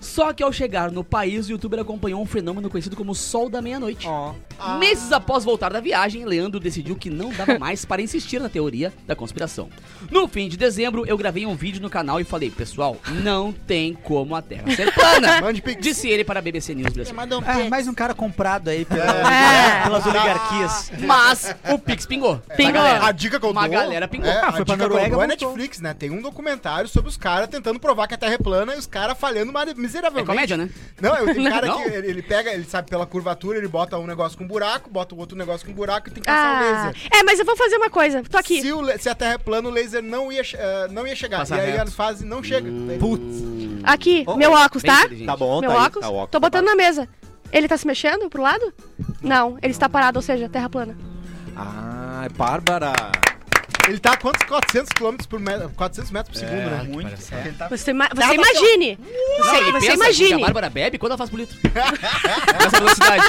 S2: Só que ao chegar no país, o youtuber acompanhou um fenômeno conhecido como Sol da Meia-Noite.
S3: Ó.
S5: Ah.
S2: Meses após voltar da viagem, Leandro decidiu que não dava mais para insistir na teoria da conspiração. No fim de dezembro, eu gravei um vídeo no canal e falei: Pessoal, não tem como a Terra ser
S3: [laughs]
S2: plana.
S3: um
S6: Mande pix.
S2: Disse ele para a BBC News Brasil.
S3: Ah, mais um cara comprado aí pela-
S5: É.
S3: pelas oligarquias.
S2: Mas o Pix pingou.
S5: Pingou.
S2: Uma galera-
S6: A dica que eu dou...
S2: Uma galera pingou.
S6: É,
S3: Ah,
S6: a
S3: foi pra
S6: dica que eu
S3: Noruega,
S6: dou é
S3: voltou.
S6: Netflix, né? Tem um documentário sobre os caras tentando provar que a Terra é plana e os caras falhando ma-
S2: É
S6: miseravelmente.
S2: comédia,
S5: Tá.
S2: né?
S6: Não, eu tenho cara
S2: Não?
S6: que ele, ele pega, ele sabe pela curvatura, ele bota um negócio com um buraco, bota o outro negócio com um buraco e tem que passar o
S5: Ah,
S6: laser.
S5: é, mas eu vou fazer uma coisa. Tô aqui.
S6: Se, o le- se a Terra é plana, o laser não ia, che- eh, não ia chegar.
S2: Passa
S6: e aí
S2: reto.
S6: a fase não chega. Daí-
S1: Putz.
S5: Aqui,
S1: Oh,
S5: meu óculos,
S2: bem
S5: tá?
S2: inteligente.
S1: Tá bom,
S5: Meu
S1: tá aí,
S5: óculos.
S1: tá o óculos. tá
S5: Tô botando na mesa. Ele tá se mexendo pro lado? Não, ele está parado, ou seja, terra plana.
S1: Ah, é Bárbara.
S6: Ele tá a quantos? 400 km por metro, 400 metros por segundo, né?
S3: Muito. É.
S5: Você, ima- você imagine.
S2: Não,
S5: Você,
S2: ele
S5: você
S2: pensa assim, que a
S5: imagine.
S2: Bárbara bebe quando ela faz bonito. [laughs] Essa velocidade.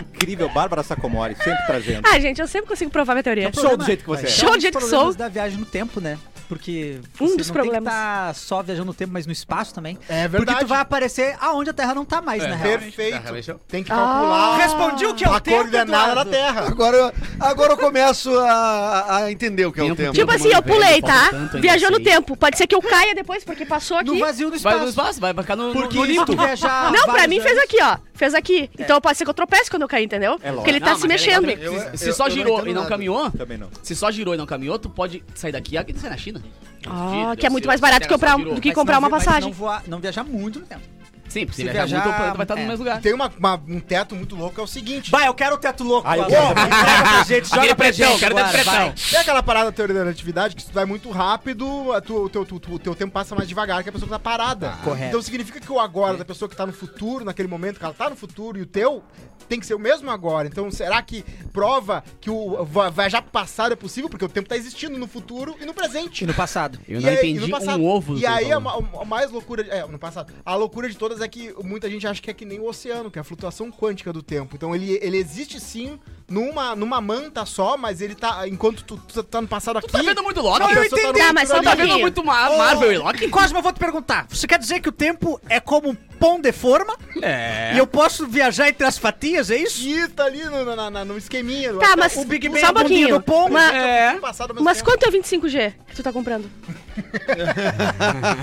S1: Incrível, Bárbara Sacomori, sempre trazendo.
S5: Ah, gente, eu sempre consigo provar minha teoria.
S1: Show do jeito que você é.
S5: Show
S3: É um dos
S5: de que
S3: problemas
S5: sou.
S3: da viagem no tempo, né? Porque
S5: Um
S3: você não
S5: dos
S3: tem que
S5: problemas.
S3: tá só viajando no tempo, mas no espaço também.
S6: É verdade.
S3: Porque tu vai aparecer aonde a Terra não tá mais, na real.
S6: Perfeito.
S4: realmente.
S6: Tem que calcular
S3: Respondi o que é o
S6: a
S3: tempo,
S6: coordenada da
S3: Eduardo.
S6: Terra.
S7: Agora, agora eu começo a, a entender o que é o
S2: Tempo,
S7: tempo.
S5: Tipo assim,
S2: mano,
S5: eu pulei,
S2: velho, falta
S5: tá?
S2: tanto ainda,
S5: Viajou no
S2: sei.
S5: tempo. Pode ser que eu caia depois, porque passou aqui.
S3: No vazio do
S2: Vai no
S3: espaço.
S2: espaço, vai ficar no,
S3: Porque
S2: no, no
S3: se
S2: limbo.
S3: tu viajar
S5: Não, pra
S3: vários
S5: mim fez
S3: anos-
S5: aqui, ó. Fez aqui. Então pode ser que eu tropece quando eu cair, entendeu?
S1: lógico.
S5: Porque ele tá
S2: Não,
S5: se
S2: mas é legal também
S5: mexendo.
S2: que
S7: Eu-
S2: se se
S7: eu-
S2: só
S7: eu não
S2: girou
S7: entendo
S2: e não
S7: nada.
S2: caminhou,
S1: Também não.
S2: se só girou e não caminhou, tu pode sair daqui e sai na China.
S5: Ah,
S2: Giro,
S5: que é
S2: deu
S5: muito
S2: certo.
S5: mais barato
S2: Terra
S5: que
S2: só
S5: comprar um-
S2: girou.
S5: do que
S3: Mas
S5: comprar
S3: não
S5: uma
S3: vi- mas
S5: passagem.
S3: Não, voar- não viajar muito no tempo.
S2: Sim, porque se
S3: Se
S2: viajar,
S3: viajar-
S2: muito, o planeta vai estar
S3: é.
S2: no mesmo lugar.
S6: Tem uma, uma- um teto muito louco, é o seguinte.
S3: Vai, eu quero o teto louco.
S1: Ah, eu
S3: Ó,
S1: quero
S3: joga pra gente, joga
S2: Aquele
S3: pra
S2: pretão,
S3: gente
S2: quero dentro
S3: agora, vai.
S2: pretão.
S6: Tem aquela parada da teoria da relatividade que se tu vai muito rápido, a tu- o teu, tu- tu- o teu tempo passa mais devagar que a pessoa que tá parada.
S3: correto.
S6: Então significa que o agora da pessoa que tá no futuro, naquele momento que ela tá no futuro, e o teu tem que ser o mesmo agora. Então será que prova que o va- viajar pro passado é possível? Porque o tempo tá existindo no futuro e no presente.
S3: E no passado.
S2: Eu
S6: E
S2: não
S6: aí- e
S2: entendi
S6: no passado.
S2: um ovo. do
S6: E
S2: que
S6: aí
S2: ele
S6: a,
S2: falou.
S6: ma- a mais loucura. É, no passado. A loucura de todas é que muita gente acha que é que nem o oceano, que é a flutuação quântica do tempo. Então ele, ele existe sim numa, numa manta só, mas ele tá. Enquanto tu, tu tá no passado aqui.
S2: Tu tá vendo muito Loki?
S6: Não, eu
S2: Tu
S6: entendi.
S5: Tá, mas só um
S2: tá vendo
S5: pouquinho.
S2: muito Ma- Marvel e Loki?
S3: E Cosmo, eu vou te perguntar. Você quer dizer que o tempo é como um pão de forma? É. E eu posso viajar entre as fatias, é isso?
S6: Ih, tá ali no, na- na- no esqueminha.
S5: Tá, mas
S3: O Big Bang
S5: só um
S3: é bom dia
S5: pouquinho.
S3: do pombo.
S5: Uma-
S6: É. Passado ao mesmo
S5: Mas
S6: tempo.
S5: quanto é o 25G que tu tá comprando?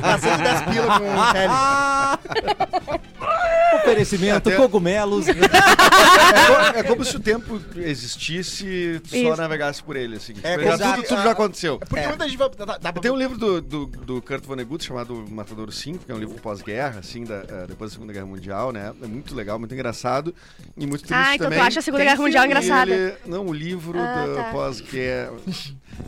S6: Tá sendo 10 pila com
S5: [laughs]
S6: o Tele.
S1: Oferecimento,
S7: Até-
S1: cogumelos.
S7: É, co- é como se o tempo existisse, tu só
S5: Isso.
S7: navegasse por ele, assim.
S6: É,
S7: Tipo, já
S6: exato.
S7: tudo, tudo já aconteceu.
S5: É.
S6: Porque muita gente vai. Dá, dá pra...
S7: Tem um livro do, do, do Kurt Vonnegut chamado Matador 5, que é um livro pós-guerra, assim, da, eh, depois da Segunda Guerra Mundial, né? É muito legal, muito engraçado e muito triste
S5: Ah, então tu
S7: também.
S5: acha a Segunda Guerra Mundial
S7: E
S5: engraçada.
S7: ele- não, o livro
S5: Ah,
S7: da
S5: tá.
S7: pós-guerra.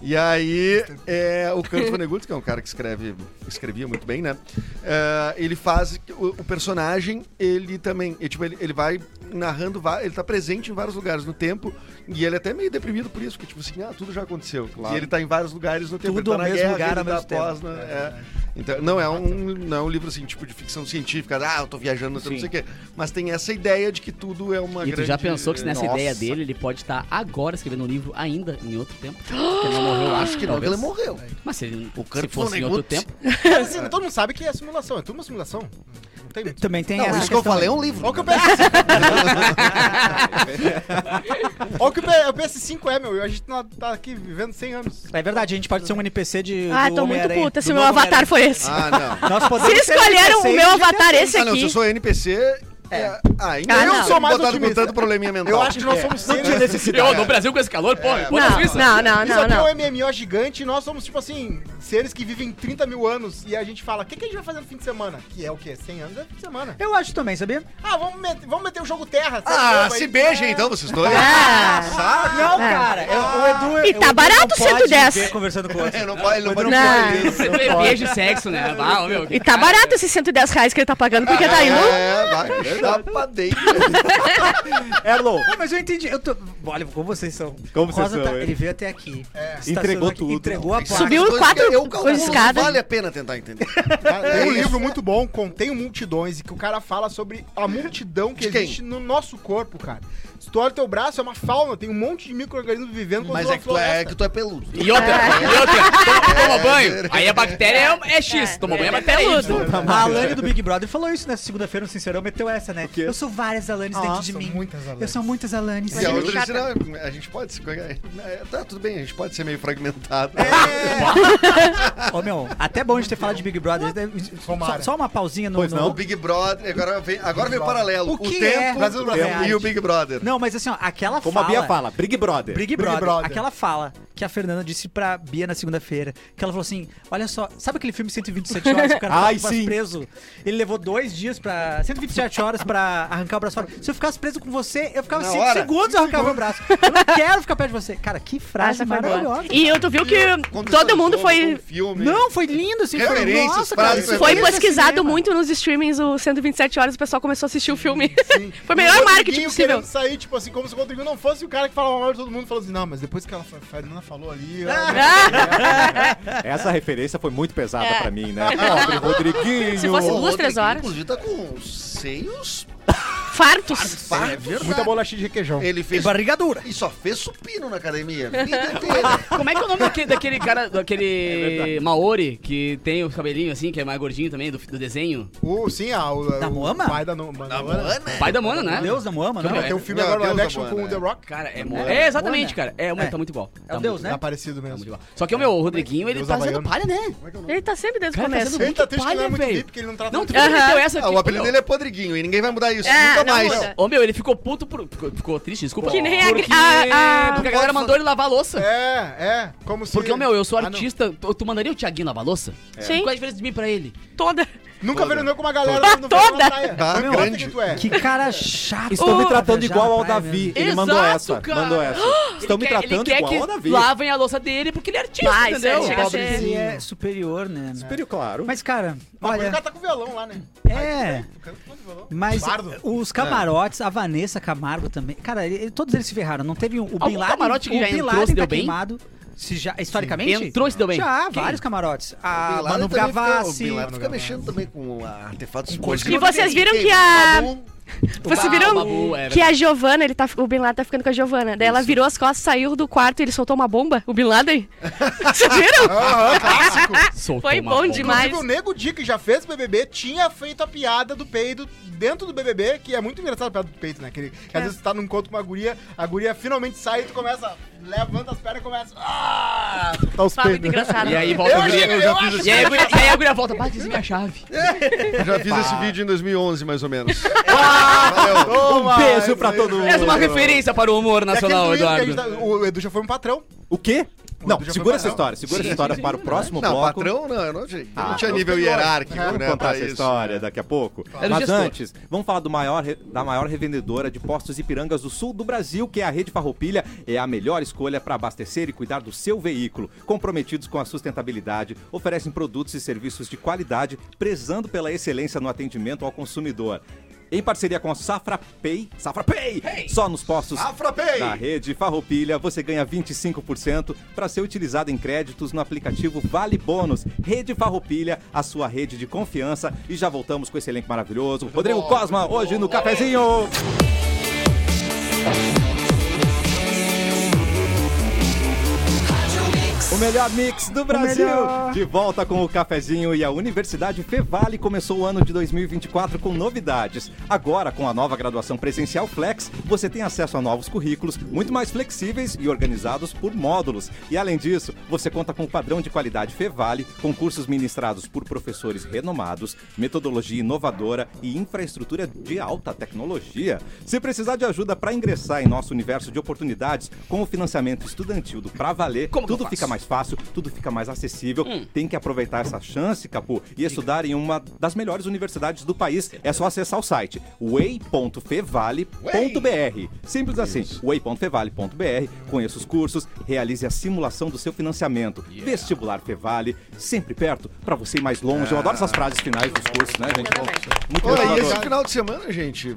S7: E aí, é, o Kurt Vonnegut, que é um cara que escreve, escrevia muito bem, né? Eh, ele faz o, o personagem, ele também, e, tipo, ele, ele vai narrando, va- ele tá presente em vários lugares no tempo e ele é até meio deprimido por isso, porque tipo assim, ah, tudo já aconteceu. E ele tá em vários lugares no tempo,
S3: Tudo
S7: ele tá
S3: ao
S7: na
S3: mesmo
S7: guerra,
S3: lugar,
S7: ele
S3: ao
S7: tá
S3: mesmo tempo.
S7: pós, né? É. Então, não é um não é um livro assim tipo de ficção científica, ah, eu tô viajando, eu não sei o quê, mas tem essa ideia de que tudo é uma
S2: E tu
S7: grande
S2: já pensou que se nessa
S7: Nossa,
S2: ideia dele, ele pode estar agora escrevendo um livro ainda em outro tempo? Porque ele não morreu, acho
S7: que não, que ele morreu.
S2: Mas se, ele,
S7: O
S2: se
S7: Kurt
S2: fosse em outro
S7: Vonnegut.
S2: tempo... [laughs]
S6: Mas, assim, todo mundo sabe que é simulação, é tudo uma simulação. tem muito.
S3: Também tem
S7: Não,
S3: essa
S7: isso que eu
S3: questão
S7: falei é
S3: aí.
S7: um livro.
S6: Olha o que o PS5. é. Olha o que o P- o PS5 é, meu. e A gente não- tá aqui vivendo 100 anos.
S3: É verdade, a gente pode ser um NPC de.
S5: Ah,
S3: do
S5: tô muito
S3: Homem-Aranha,
S5: puta se
S3: do
S5: o meu
S3: novo
S5: avatar
S3: Homem-Aranha.
S5: foi esse.
S7: Ah, [laughs] não.
S3: Nós
S5: Se
S3: podemos ser
S5: escolheram o
S3: NPC
S5: meu
S3: de-
S5: avatar esse
S7: Ah, não, se eu
S5: aqui.
S7: sou NPC. É. Ah, ainda
S5: Ah,
S7: eu
S5: não.
S7: sou mais
S6: Botado com
S7: botado com tanto probleminha mental.
S6: Eu acho
S5: é.
S6: que nós somos seres.
S4: Eu, no Brasil com esse calor, pô, pô, na
S5: Não,
S4: Suíça.
S5: não, não,
S6: Isso
S5: Ah, não,
S6: aqui é um
S5: não.
S6: MMO gigante e nós somos, tipo assim, seres que vivem 30 mil anos e a gente fala, o que, que a gente vai fazer no fim de semana? Que é o quê? 100 anos é fim de semana.
S3: Eu acho também, sabia?
S6: Ah, vamos, met- vamos meter o jogo terra. sabe?
S7: Ah,
S6: Vamos aí.
S7: se beijem então, vocês dois.
S3: Ah, não,
S5: É.
S3: cara. eu- o Edu.
S5: E
S3: o
S5: tá
S3: Edu
S5: barato
S3: não pode
S5: 110.
S3: ver Conversando com o outro.
S7: É, não pode, não pode.
S5: Não.
S2: Você vê beijo e sexo, né? Ah, meu,
S5: E tá barato esses 110 reais que ele tá pagando, porque tá indo.
S7: É, vai, chapadeiro.
S1: Erlon,
S3: Ah, mas eu entendi. Eu tô. Olha, como vocês são.
S1: Como vocês
S3: Rosa
S1: são,
S3: tá-
S1: hein?
S3: Ele veio até aqui. estacionou
S1: Entregou
S3: aqui,
S1: tudo.
S3: Entregou a placa.
S5: Subiu
S7: Essas coisas que
S5: quatro
S7: eu calculo, não
S5: escadas.
S7: Vale a pena tentar entender.
S6: Tem um livro muito bom, Contém Multidões, e que o cara fala sobre a multidão que
S7: De quem?
S6: existe no nosso corpo, cara. Se tu olha o teu braço, é uma fauna, tem um monte de micro-organismos vivendo como
S7: Mas
S6: se
S7: é
S6: fosse
S7: que, tu
S6: uma
S7: é,
S6: floresta.
S7: que tu é peludo.
S4: E outra, e
S2: [laughs]
S4: outra, toma, toma
S2: É
S4: banho. Aí a bactéria é, é X,
S5: É.
S4: toma banho é bactéria Y.
S3: A Alane do Big Brother falou isso, né? Segunda-feira, no Sincerão, meteu essa, né? Eu sou várias Alanes dentro de
S6: são
S3: mim.
S6: muitas Alanes.
S3: Eu sou muitas Alanes.
S7: E a outra disse, é não, a gente pode se conhecer. Tá, tudo bem, a gente pode ser meio fragmentado.
S3: Ô, meu, até é bom a gente ter falado de Big Brother. Só,
S6: Tomara.
S3: só uma pausinha no...
S1: Pois
S3: no-
S1: não.
S7: O Big Brother, agora vem, agora vem o paralelo.
S3: O que
S7: tempo
S3: é
S7: Brasil, Brasil,
S3: verdade?
S7: e o Big Brother.
S3: Não, mas assim, ó, aquela
S1: como
S3: fala...
S1: a Bia fala, Big Brother.
S3: Big Brother,
S6: Brother.
S3: aquela fala que a Fernanda disse pra Bia na segunda-feira, que ela falou assim, olha só, sabe aquele filme 127 horas que
S1: [laughs]
S3: o cara
S1: Ai,
S3: tava
S1: sim.
S3: preso? Ele levou dois dias pra... 127 horas pra arrancar o braço fora. Se eu ficasse preso com você, eu ficava
S7: Na
S3: 5
S7: hora.
S3: segundos eu arrancava o braço. Eu não quero ficar perto de você. Cara, que frase
S5: Essa foi boa.
S3: maravilhosa.
S5: E eu, tu viu que todo mundo foi.
S7: um Filme.
S3: Não, foi lindo, assim. Foi,
S7: Referências,
S3: nossa,
S7: frases,
S3: cara, isso
S5: Foi
S3: é
S5: pesquisado
S3: cinema.
S5: muito nos streamings o 127 horas, o pessoal começou a assistir o filme. [laughs] Foi o
S6: E
S5: melhor
S6: o
S5: marketing
S6: Rodriguinho
S5: possível.
S6: um querendo sair, tipo assim, como se o Rodrigo não fosse o cara que falava mal de todo mundo, falou assim, não, mas depois que ela, a Fernanda falou ali... eu-
S1: Essa referência foi muito pesada pra mim, né? Pobre Rodriguinho.
S5: Se fosse-
S7: O
S5: Duas, três
S7: Rodriguinho,
S5: horas.
S7: Inclusive tá com seios.
S5: Fartos.
S7: É verdade.
S6: Muita bolachinha de requeijão.
S7: Ele
S3: E
S7: fez...
S3: barriga dura.
S7: E só fez supino na [laughs] academia. Vida inteira.
S2: Como é que é o nome daquele, daquele cara, daquele Maori, que tem o cabelinho assim, que é mais gordinho também, do, do desenho?
S6: O, sim, a, o,
S3: Da
S6: o
S3: Moana?
S6: pai da no, Moana.
S7: Na Moana.
S2: Pai da Mona, né?
S3: Deus da Moama,
S2: Que
S3: não?
S2: é
S6: Tem um filme
S7: Não,
S6: agora, live
S7: Deus da
S6: action com
S7: Moana,
S6: o The
S7: é.
S6: Rock.
S2: Cara, é,
S7: Mona.
S2: é exatamente, cara. É, o é. tá muito igual.
S3: É o
S2: Tá
S3: Deus,
S2: muito-
S3: né?
S6: Tá parecido mesmo.
S2: Só que o meu, o Rodriguinho, ele
S6: Deus
S2: tá fazendo
S6: havaiano.
S2: palha, né?
S5: Ele tá sempre desde o
S2: Cara,
S5: começo.
S2: tá
S6: Ele tá
S2: Muito
S6: triste que não
S2: palha,
S6: é muito
S2: velho.
S6: VIP, porque ele não trata
S2: Não, tu
S6: muito
S2: viu que ele
S5: Aham.
S2: deu essa
S7: Ah,
S2: aqui,
S7: o apelido
S2: meu?
S7: dele é Podriguinho e ninguém vai mudar isso.
S5: É,
S7: nunca
S5: não
S7: mais.
S5: muda.
S2: Ô, meu, ele ficou puto, por, ficou, ficou triste, desculpa.
S5: Que nem a-
S2: porque,
S5: a- a-
S2: porque a galera mandou ele lavar a louça.
S6: É, é. Como se.
S2: Porque, ô, meu, eu sou
S6: Ah, não.
S2: artista, tu, tu mandaria o Thiaguinho lavar a louça?
S5: Sim.
S2: Qual a diferença de mim pra ele?
S5: Toda.
S6: Nunca
S7: Toda.
S6: verão com uma galera
S5: Toda.
S6: no verão na
S5: Toda.
S6: praia.
S7: Tá
S6: Não importa
S7: grande.
S6: quem tu é.
S3: Que cara chato.
S1: Estão me tratando
S3: Viajar
S1: igual ao
S3: na praia né?
S1: Davi.
S3: mesmo.
S1: Ele
S2: Exato,
S1: mandou essa.
S2: cara.
S1: Mandou essa. Estão me
S2: Ele quer-
S1: tratando
S2: ele quer
S1: igual ao
S2: que
S1: Davi.
S2: lavem a louça dele porque ele é artista,
S5: Ah, isso aí
S2: entendeu?
S5: chega a ser-
S3: Ele é superior, né?
S1: Superior, claro.
S3: Mas, cara,
S6: Mas O
S3: olha,
S6: cara tá com violão lá, né?
S3: é...
S6: O cara tá com violão.
S3: Mas
S6: Bardo.
S3: os
S7: É.
S3: camarotes, a Vanessa Camargo também. Cara, ele- ele- todos eles se ferraram. Não teve um. O
S2: Algum
S3: Bin Laden,
S2: camarote que
S3: o
S2: já
S3: Bin
S2: entrou
S3: Laden
S2: se
S3: tá
S2: deu bem?
S3: queimado. Se já, historicamente?
S2: Entrou e se deu bem.
S3: Já,
S2: Quem?
S3: vários camarotes.
S7: O
S3: A
S7: Bin Laden
S3: Manu
S7: também fica-
S3: Gavassi.
S7: O Bin Laden fica mexendo também com ah, artefatos
S3: coisas
S5: E
S7: escondidos.
S5: vocês viram que a. Vocês
S2: o
S5: viram
S2: Babu, é
S5: que a Giovana, ele tá, o Bin Laden tá ficando com a Giovana. Daí ela virou as costas, saiu do quarto e ele soltou uma bomba. O Bin Laden? Vocês viram?
S6: Aham, clássico.
S2: Soltou
S5: Foi
S2: uma
S5: bom
S2: bomba.
S5: demais.
S6: Inclusive, o Nego Di, que já fez o BBB, tinha feito a piada do peido dentro do BBB, que é muito engraçado a piada do peito, né? Que, ele- que às vezes tu tá num conto com uma guria, a guria finalmente sai e tu começa, levanta as pernas e começa... Ah! Tá os
S5: Tá muito engraçado.
S2: E aí volta a guria.
S6: Eu já fiz
S2: E aí a guria, e aí a guria volta, pá, desvia a chave.
S7: Eu já fiz esse vídeo em 2011, mais ou menos. Ah. [laughs] Valeu.
S1: Um beijo
S7: é,
S1: pra todo mundo.
S2: És é uma referência para o humor
S6: É aquele
S2: nacional,
S6: tweet que a gente
S2: Eduardo.
S6: tá- o Edu já foi um patrão.
S1: O quê? Não,
S6: Edu já foi
S1: segura essa
S6: patrão.
S1: história. Segura essa história para o próximo
S7: Não,
S1: bloco.
S7: patrão não, eu não tinha, eu não
S1: Ah,
S7: tinha
S1: eu
S7: nível hierárquico,
S1: Vamos
S7: né?
S1: contar
S7: pra
S1: essa
S7: isso,
S1: história
S7: né?
S1: daqui a pouco.
S2: Era o
S1: Mas
S2: gestor.
S1: antes, vamos falar do maior, re- da maior revendedora de postos Ipirangas do sul do Brasil, que é a Rede Farroupilha. É a melhor escolha para abastecer e cuidar do seu veículo. Comprometidos com a sustentabilidade, oferecem produtos e serviços de qualidade, prezando pela excelência no atendimento ao consumidor. Em parceria com a Safra Pay, Safra Pay, só nos postos
S2: Tá,
S7: Safra Pay!
S1: da rede Farroupilha, você ganha 25% para ser utilizado em créditos no aplicativo Vale Bônus. Rede Farroupilha, a sua rede de confiança. E já voltamos com esse elenco maravilhoso. Rodrigo Cosma, hoje no Cafezinho.
S7: O
S1: melhor mix do Brasil. De volta com o cafezinho e a Universidade Fevale começou o ano de 2024 com novidades. Agora, com a nova graduação presencial Flex, você tem acesso a novos currículos muito mais flexíveis e organizados por módulos. E além disso, você conta com o padrão de qualidade Fevale, com cursos ministrados por professores renomados, metodologia inovadora e infraestrutura de alta tecnologia. Se precisar de ajuda para ingressar em nosso universo de oportunidades com o financiamento estudantil do Pra Valer,
S2: Como que eu
S1: tudo
S2: faço?
S1: fica mais fácil, tudo fica mais acessível. Tem que aproveitar essa chance, Capu, e estudar em uma das melhores universidades do país. É só acessar o site way.fevale.br. Simples assim, way.fevale.br. Conheça os cursos, realize a simulação do seu financiamento. Vestibular Fevale, sempre perto, para você ir mais longe. Eu adoro essas frases finais dos cursos, né, gente? Muito
S7: Olha, e esse
S1: motivador.
S7: final de semana, gente,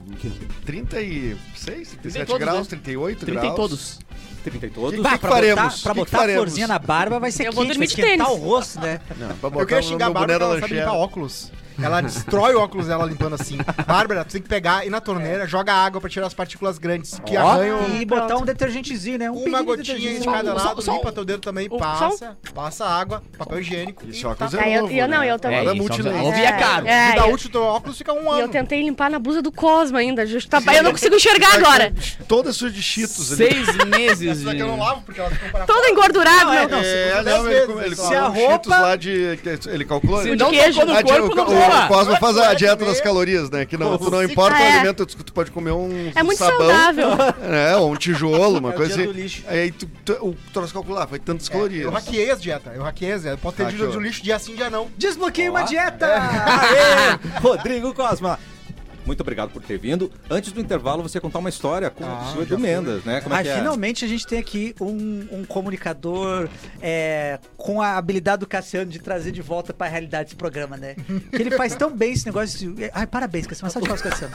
S7: 36, 37
S2: todos,
S7: graus,
S2: né?
S7: 38
S2: 30
S7: graus.
S2: em todos.
S1: 30 e todos.
S3: Bah,
S7: que
S3: pra
S7: faremos?
S3: botar, pra
S7: Que que
S3: botar a
S7: faremos?
S3: florzinha na barba vai ser
S5: Eu
S3: quente,
S5: vou
S3: vai
S5: dormir de
S3: esquentar
S5: tênis.
S3: o rosto, né?
S7: Não, pra botar
S6: Eu queria
S7: o
S6: xingar a
S7: meu
S6: Bárbara porque
S7: boné da
S6: ela sabe
S7: lanchera.
S6: limpar óculos. Ela destrói o óculos dela limpando assim. Bárbara, tu tem que pegar e na torneira joga água pra tirar as partículas grandes que
S3: Ó,
S6: arranham
S3: e botar um detergentezinho, né? Um
S6: uma
S3: pinguinho de
S6: gotinha de
S3: detergente.
S6: cada
S2: Só-
S6: lado,
S2: só-
S6: limpa teu dedo também,
S5: só-
S6: passa, passa água, papel higiênico.
S7: E
S6: e
S7: só
S6: tá-
S7: é coisa
S5: Aí eu-
S7: novo,
S5: e eu não,
S7: né?
S5: eu também.
S7: Nada
S2: É,
S7: multilaser.
S2: isso é um- Ouvia caro.
S5: É,
S6: Vida
S5: e-
S6: útil do teu óculos fica um
S5: E eu
S6: ano.
S5: tentei limpar na blusa do Cosma ainda. Just... tá- [laughs] Eu não consigo enxergar
S7: Tá
S5: agora.
S7: com- Toda suja de cheetos ali.
S2: Seis meses
S6: Só que
S2: de...
S6: eu não lavo porque elas ficam para
S5: Todo engordurado, meu.
S6: não,
S7: É,
S6: segunda dez
S7: não, ele,
S6: vezes,
S7: ele
S6: só.
S7: comprou
S3: Se a
S7: um
S3: roupa-
S7: Cheetos lá de... que Ele calculou...
S2: Se
S7: ele-
S2: não
S5: queijo.
S2: tocou no
S6: Ah,
S7: A di-
S2: corpo,
S7: o,
S2: não
S7: o- o
S2: rola.
S7: Cosmo faz a
S6: Pode
S7: dieta das
S6: comer.
S7: calorias, né? Que não, tu não importa
S5: Ah,
S7: o
S5: é.
S7: alimento, tu, tu pode comer um
S5: É muito
S7: sabão,
S5: saudável. [laughs]
S7: É, ou um tijolo, uma
S3: É o
S7: coisa
S3: dia
S7: assim.
S3: do lixo.
S7: Aí tu, tu, o- tu trouxe calcular, foi tantas
S6: Eu
S7: calorias.
S6: hackeei as dietas, eu hackeei as dietas. Eu Posso ter
S7: Hackeou.
S6: dito do lixo dia sim, dia não.
S3: Desbloqueei uma dieta!
S1: É, Aê, Rodrigo Cosma. Muito obrigado por ter vindo. Antes do intervalo, você contar uma história com o senhor do Mendes, né? Como é
S3: Mas
S1: que é?
S3: finalmente a gente tem aqui um, um comunicador é, com a habilidade do Cassiano de trazer de volta pra realidade esse programa, né? Que ele faz tão bem esse negócio. De... é, Ai, parabéns, Cassiano. Uma salva de palmas, Cassiano.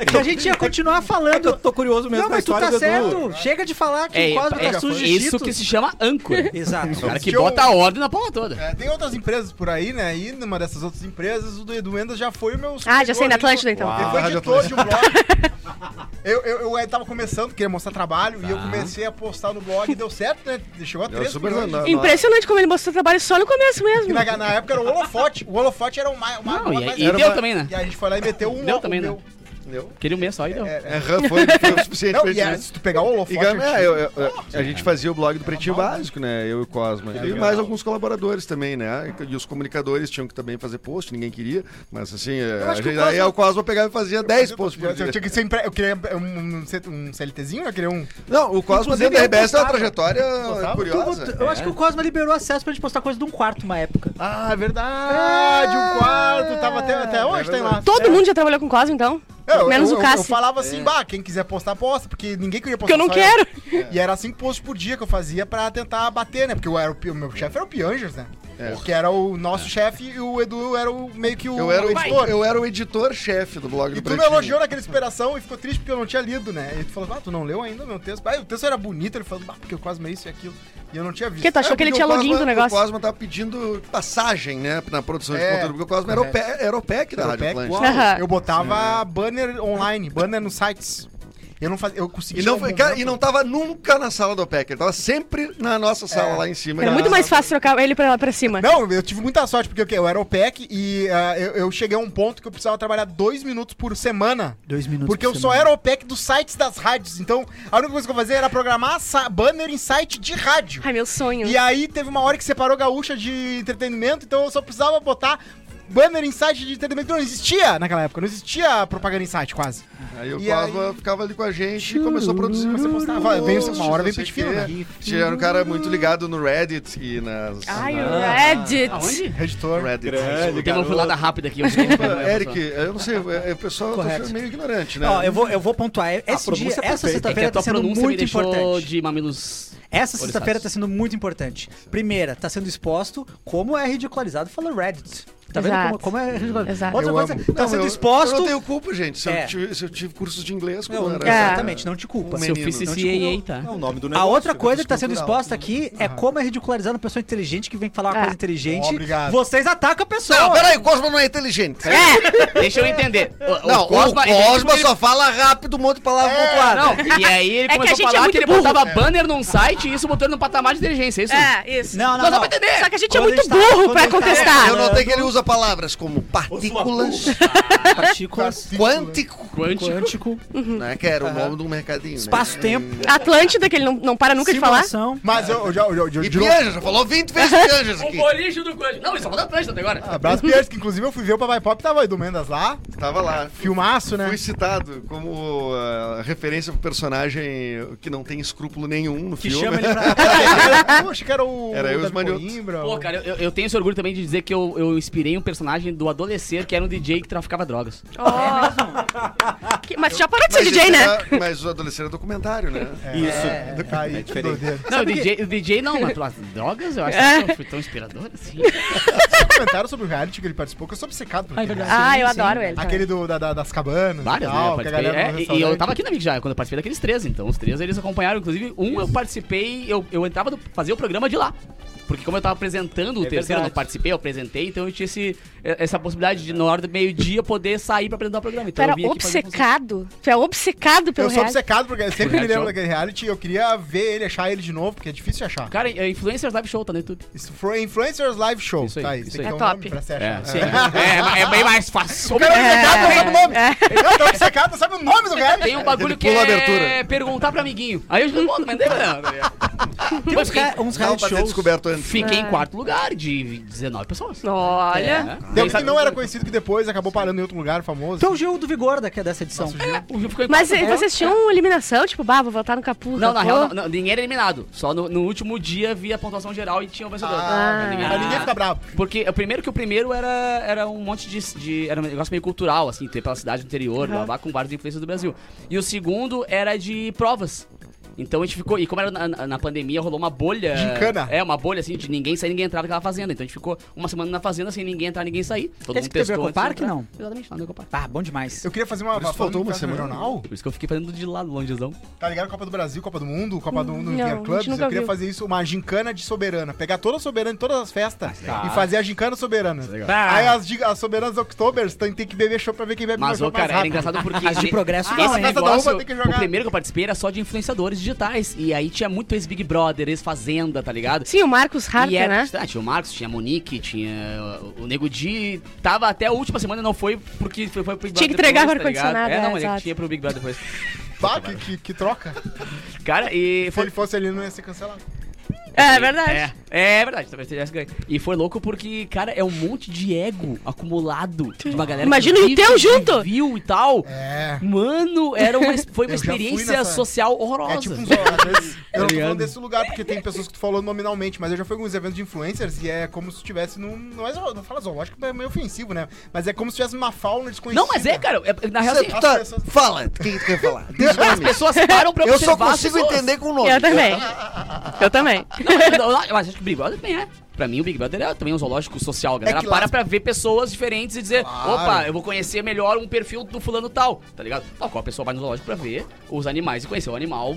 S1: É
S3: Que a gente ia continuar falando.
S1: Eu tô curioso mesmo
S3: Não,
S1: da
S3: mas tu
S1: história
S3: tá
S1: do Edu.
S3: certo. Chega de falar que
S2: É,
S3: o Cosmo
S2: é,
S3: tá sujo de
S2: isso
S3: Cheetos.
S2: que se chama
S6: [laughs]
S2: âncora.
S3: Exato.
S2: O cara que
S6: Tinha um-
S2: bota a ordem na porra toda.
S6: É, tem outras empresas por aí, né? E numa dessas outras empresas, o do Edu Endas já foi o meu.
S5: Ah, já sei, na
S6: Ele foi-
S5: Atlântida, então.
S6: Ele foi
S7: Ah, já
S6: editor de um blog.
S7: [laughs]
S6: Eu, eu, eu, eh, tava começando, queria mostrar trabalho, e eu comecei a postar no blog e deu certo, né? Chegou a
S7: Tá. Deu
S6: 3
S7: super
S6: milhões. de-
S7: zanado.
S5: Impressionante como ele mostrou trabalho só no começo
S6: Que
S5: mesmo.
S6: na, na época era o holofote. O holofote era o mais. o mais-
S2: Não,
S6: o
S2: e,
S6: mais-
S2: e
S7: era
S2: deu
S7: uma-
S2: também, né?
S6: e a gente foi lá e meteu um.
S2: Deu
S6: ó,
S2: também,
S6: o
S2: né?
S6: meu.
S7: Entendeu?
S2: Queria um mês só e deu.
S7: É, foi, foi [laughs] o suficiente
S6: Não,
S7: pra
S6: e
S7: gente.
S6: eh, se tu pegar o holofote.
S7: E ganha-
S6: antigo-
S7: é, eu- eu- eu- a gente fazia o blog do Pretinho Básico, né? Eu e o Cosma. E mais alguns colaboradores também, né? E os comunicadores tinham que também fazer post, ninguém queria. Mas assim, é, a
S6: acho que
S7: gente-
S6: o Cosma-
S7: aí o Cosma pegava e fazia 10
S6: Eu-
S7: posts por
S6: eu- Eu
S7: dia.
S6: tinha que ser empre... Eu queria um, um, C- um CLTzinho, eu queria um.
S7: Não, o Cosma
S3: Inclusive,
S7: dentro da
S3: eu
S7: RBS tem uma
S3: postava.
S7: trajetória
S6: Postava?
S7: curiosa.
S3: Eu acho que o Cosma liberou acesso pra gente postar coisa de um quarto uma época.
S7: é
S6: Ah, verdade, um quarto. Tava até, até hoje, tem lá.
S5: Todo mundo já trabalhou com Cosmo, então?
S6: Eu-
S5: Menos
S6: eu,
S5: o
S6: eu-
S5: Cássio.
S6: Eu falava assim,
S7: É.
S6: bah, quem quiser postar, posta, porque ninguém queria postar.
S5: Porque eu não
S6: só
S5: quero.
S6: [laughs] E era cinco posts por dia que eu fazia pra tentar bater, né? Porque eu era o, pi- o meu chefe era o Piangers, né?
S7: É.
S6: Que era o nosso chefe e o Edu era o meio que o,
S7: Eu era o
S6: editor.
S7: editor, eu era o editor-chefe do blog
S6: E
S7: do
S6: tu me
S7: Pretinho.
S6: elogiou né? naquela inspiração e ficou triste porque eu não tinha lido, né? E tu falou, ah, tu não leu ainda o meu texto? Ah, o texto era bonito, ele falou, ah, porque eu quase meio isso e aquilo. E eu não tinha visto.
S5: Que tá tu achou
S7: É,
S5: que ele
S7: porque
S5: tinha
S7: o Cosma-
S5: login do negócio?
S7: O Cosma tava pedindo passagem, né, na produção de
S6: É.
S7: conteúdo, porque o Cosma era o, pé, era o PEC da
S6: Era o
S7: Rádio
S6: PEC,
S7: Atlântica.
S6: uau.
S5: Aham.
S6: Eu botava banner online, banner nos sites. Eu não fazia, eu
S7: E
S6: conseguia... um
S7: não, foi- cara, e não tava nunca na sala do OPEC, ele tava sempre na nossa sala lá em cima.
S5: Era
S7: Na-
S5: muito mais fácil trocar ele pra lá pra cima.
S6: Não, eu tive muita sorte, porque o quê? eu era OPEC e ah, eu, eu cheguei a um ponto que eu precisava trabalhar dois minutos por semana.
S3: Dois minutos.
S6: Porque eu só era OPEC dos sites das rádios. Então, a única coisa que eu fazia era programar sa- banner em site de rádio.
S5: Ai, meu sonho.
S6: E aí teve uma hora que separou gaúcha de entretenimento, então eu só precisava botar banner em site de entretenimento. Não existia naquela época, não existia propaganda em site quase.
S7: Aí o
S6: E
S7: Cosma ficava ali com a gente e começou a produzir.
S6: Mas você postava, veio uma hora, veio pente
S7: fino,
S6: fino, né?
S7: Tinha um cara muito ligado no Reddit e nas...
S5: Ai, é.
S7: na-
S5: o Reddit.
S2: Aonde?
S6: Editor.
S7: Reddit. Tipo,
S1: Grande,
S2: Tem uma filada rápida aqui. eu sei.
S6: [laughs]
S7: [laughs] Eric, eu não sei, é, é, o pessoal tá
S3: Correto.
S7: sendo meio ignorante, né?
S3: Ó, eu vou, eu vou pontuar. Esse dia-
S1: pronúncia é perfeita.
S3: essa
S2: É que
S3: sexta-feira
S2: a
S3: tá
S2: tua
S3: sendo
S2: pronúncia me
S3: muito
S2: deixou
S3: importante.
S2: de mamilos...
S3: Essa sexta-feira
S2: Oriçados.
S3: tá sendo muito importante. Primeira, tá sendo exposto como é ridicularizado falar Reddit. Tá vendo como,
S5: Exato.
S3: como é.
S5: Exato.
S3: Outra
S7: Hum. Eu
S3: coisa,
S7: amo.
S3: tá
S7: Não,
S3: sendo
S7: eu-
S3: exposto.
S7: Eu não tenho culpa, gente. Se,
S3: É.
S7: eu, tive, se eu tive cursos de inglês, quando
S3: Não, é,
S7: eu era-
S5: É.
S3: Exatamente, não te culpa.
S7: um
S2: Se eu
S7: menino.
S2: fiz
S7: Não te
S2: CCA,
S3: tipo,
S2: tá?
S1: É o nome do
S3: A
S1: negócio.
S3: outra coisa que está sendo
S7: cultural. Ah.
S3: exposta aqui é como é ridicularizando uma pessoa inteligente que vem falar uma
S5: É.
S3: coisa inteligente.
S6: Obrigado.
S3: Vocês atacam a pessoa.
S7: Não, peraí, o Cosma não é inteligente.
S2: [laughs] Deixa eu entender. O,
S7: Não,
S2: o Cosma, é ele-
S7: só fala rápido, um monte de
S3: É,
S7: palavra pontuada.
S2: Não, e aí ele
S5: que a
S2: começou
S5: gente
S2: a,
S5: é
S2: falar
S5: muito
S2: que ele
S5: burro.
S2: botava banner num site e isso botou ele num patamar de inteligência, é isso?
S5: É, isso.
S3: Não, não,
S2: Não dá
S3: não.
S2: pra entender.
S5: Só que a gente
S3: Quando
S5: é muito
S3: ele tá-
S5: burro
S3: quando
S5: pra
S3: ele tá-
S5: contestar.
S7: Eu notei que ele usa palavras como partículas,
S6: Tá
S3: Partículas.
S7: quântico,
S2: Quântico.
S4: Quântico.
S7: né? Que era o nome de um mercadinho. né?
S3: Espaço-tempo.
S5: Atlântida, que ele não, não para nunca de falar.
S3: simulação.
S6: né? Mas eu, eu já. Eu, eu,
S7: E
S6: eu,
S7: Pianjas, já falou 20 vezes Pianjas
S2: O
S7: aqui.
S2: boliche do Quântico. Não, isso só falta Atlântida até agora.
S6: Abraço Pierce, que inclusive eu fui ver o Papai Pop, tava aí do Mendas lá.
S7: Tava lá.
S6: Filmaço, né?
S7: Fui citado como ah, referência pro personagem que não tem escrúpulo nenhum no
S3: Que
S7: filme.
S3: chama ele
S7: [laughs]
S3: pra.
S2: [laughs]
S6: Eu acho que era o.
S7: Era eu e os
S6: Davi
S7: maniotos.
S6: Coimbra,
S2: Pô,
S6: o-
S2: cara, eu, eu tenho esse orgulho também de dizer que eu, eu inspirei um personagem do Adolescer, que era um DJ que traficava drogas.
S5: Ó. Que- Mas tu já parou de ser
S7: Mas
S5: DJ,
S7: ele
S5: né?
S7: tá- Mas o adolescente é documentário, né?
S1: Isso.
S2: [laughs]
S6: É, tá aí,
S1: É diferente.
S6: doideira.
S2: Não, o DJ, o DJ não, mas as drogas eu acho que são tão inspiradoras, assim.
S6: Comentaram sobre o reality que ele participou, que eu sou obcecado
S2: é
S6: por aquele.
S5: Ah, eu adoro ele. também.
S6: Aquele do, da- da- das cabanas.
S2: Várias,
S6: e
S2: né? Eu
S6: tal, que a
S2: participei.
S6: galera
S2: É,
S6: no
S2: e- e eu
S6: restaurante.
S2: tava aqui na Big Jar quando eu participei daqueles três, então. Os três eles acompanharam, inclusive, um eu participei, eu, eu entrava, do, fazia o programa de lá. Porque como eu tava apresentando o
S1: É
S2: terceiro, eu não
S1: verdade.
S2: participei, eu apresentei, então eu tinha esse, essa possibilidade de, na hora do meio-dia, poder sair pra apresentar o programa.
S5: Tu
S2: Então
S5: era
S2: eu vim aqui fazer função.
S5: obcecado. Tu é obcecado pelo
S6: Eu sou
S5: reality.
S6: obcecado, porque eu sempre
S2: Por
S6: me
S2: reality
S6: lembro
S2: show.
S6: daquele reality e eu queria ver ele, achar ele de novo, porque é difícil de achar.
S2: Cara, é Influencers Live Show tá no YouTube.
S6: Isso foi Influencers Live Show.
S2: Isso aí,
S6: tá aí,
S2: isso aí.
S6: tem que
S5: É
S6: ter um nome
S5: top.
S6: pra você achar. [laughs]
S2: É, é, é bem mais fácil.
S5: [laughs]
S2: É.
S6: sabe o
S5: É.
S6: nome. Eu tô obcecado, sabe o nome do reality.
S2: Tem um bagulho
S7: Ele
S2: que é
S7: pula a abertura.
S2: perguntar pra amiguinho. Aí eu não mando, mas não tem problema.
S3: [laughs] Tem
S2: Mas
S3: uns, Ah.
S2: fiquei,
S3: ra- uns
S7: Não, é
S3: reality
S7: pra ter
S3: shows.
S7: descoberto antes.
S2: fiquei em quarto lugar de 19 pessoas.
S5: Olha.
S6: Deu um que
S2: um
S6: não era conhecido que depois acabou parando em outro lugar famoso.
S3: Então o Gil do Vigor daqui, dessa edição.
S2: O Gil ficou em
S5: Mas
S2: quarto
S5: eh,
S2: lugar.
S5: vocês tinham eliminação? Tipo, bah, vou votar no Capu.
S2: Não, na
S5: Capu.
S2: real, não, não, ninguém era eliminado. Só no, no último dia via a pontuação geral e tinha o vencedor.
S5: Ah.
S2: Mas ninguém era
S6: Mas ninguém
S2: eliminado.
S6: fica bravo.
S2: Porque o primeiro que o primeiro era, era um monte de, de- Era um negócio meio cultural, assim, ter pela cidade do interior, blá, blá, com várias influências do Brasil. E o segundo era de provas. Então a gente ficou. E como era na, na- na pandemia, rolou uma bolha.
S6: Gincana.
S2: É, uma bolha assim de ninguém sair, ninguém entrar naquela fazenda. Então a gente ficou uma semana na fazenda sem ninguém entrar, ninguém sair. Todo mundo
S3: Esse que teve
S2: testou. antes de
S3: Ecopark,
S2: entrar.
S3: não?
S2: Exatamente, lá no Ecopark.
S3: Ah, bom demais.
S6: Eu queria fazer uma.
S7: Por isso faltou uma semana.
S6: Jornal.
S2: Por isso que eu fiquei fazendo de lado, longezão.
S6: Tá ligado? Copa do Brasil, Copa do Mundo, Copa do Mundo
S5: Não, a
S6: Inter
S5: gente
S6: Clubs. Eu
S5: nunca
S6: queria
S5: viu.
S6: fazer isso, uma gincana de soberana. Pegar toda a soberana em todas as festas
S2: Ah,
S6: e fazer a gincana soberana.
S2: é
S3: Ah.
S6: Aí as, gi- as soberanas Octobers tem, tem que beber show pra ver quem bebe
S2: Mas,
S6: show
S2: ô, cara, era
S6: rápido.
S2: engraçado porque.
S3: As de progresso não,
S2: esse
S3: hein?
S2: negócio,
S6: Essa da Uva tem que jogar.
S2: O primeiro que eu participei era só de influenciadores digitais. E aí tinha muito ex-Big Brother, ex-Fazenda, tá ligado?
S5: Sim, o Marcos
S2: E
S5: Harper,
S2: era,
S5: né?
S2: ah, tinha o Marcos, tinha a Monique, tinha o Nego Di. Tava até a última semana, não foi porque foi, foi pro Big
S5: Tinha que
S2: Brother
S5: entregar
S2: depois,
S5: o
S2: tá ligado?
S5: ar-condicionado,
S2: É,
S5: é,
S2: não, ele
S5: exato.
S2: tinha pro Big Brother depois.
S6: Bah, que, que, que troca.
S2: Cara, e
S6: Se
S2: foi.
S6: ele fosse ali, não ia ser cancelado.
S5: [laughs] É verdade.
S2: É, é verdade, talvez tivesse ganho. E foi louco porque, cara, é um monte de ego acumulado de uma galera
S5: Imagina o
S2: que vive,
S5: teu
S2: que
S5: junto.
S2: viu e tal.
S6: É.
S2: Mano, era uma, foi uma
S6: Eu já fui
S2: experiência
S6: nessa-
S2: social horrorosa.
S6: É tipo uns.
S2: [laughs]
S6: às vezes,
S2: Tá
S6: eu não tô
S2: ligado?
S6: falando desse lugar porque tem pessoas que tu falou nominalmente, mas eu já fui em alguns eventos de influencers e é como se estivesse num. Não, é, zoo- não fala zoológico, é meio ofensivo, né? Mas é como se tivesse uma fauna desconhecida.
S2: Não, mas é, cara, é- na real,
S7: Você
S2: assim,
S7: tá-
S6: pessoas-
S7: Fala, quem tu quer falar? Diz
S2: as
S7: nome.
S2: pessoas param pra
S7: Eu só
S2: observar as
S7: consigo
S2: pessoas.
S7: entender com o nome.
S5: Eu também. Eu também.
S2: Não, mas, [laughs] não, não, mas acho que o Big Brother também é. Pra mim, o Big Brother é também um zoológico social. A galera
S6: que lá-
S2: para pra ver pessoas diferentes e dizer:
S6: Claro.
S2: opa, eu vou conhecer melhor um perfil do fulano tal, tá ligado? Tal qual a pessoa vai no zoológico pra ver os animais e conhecer o animal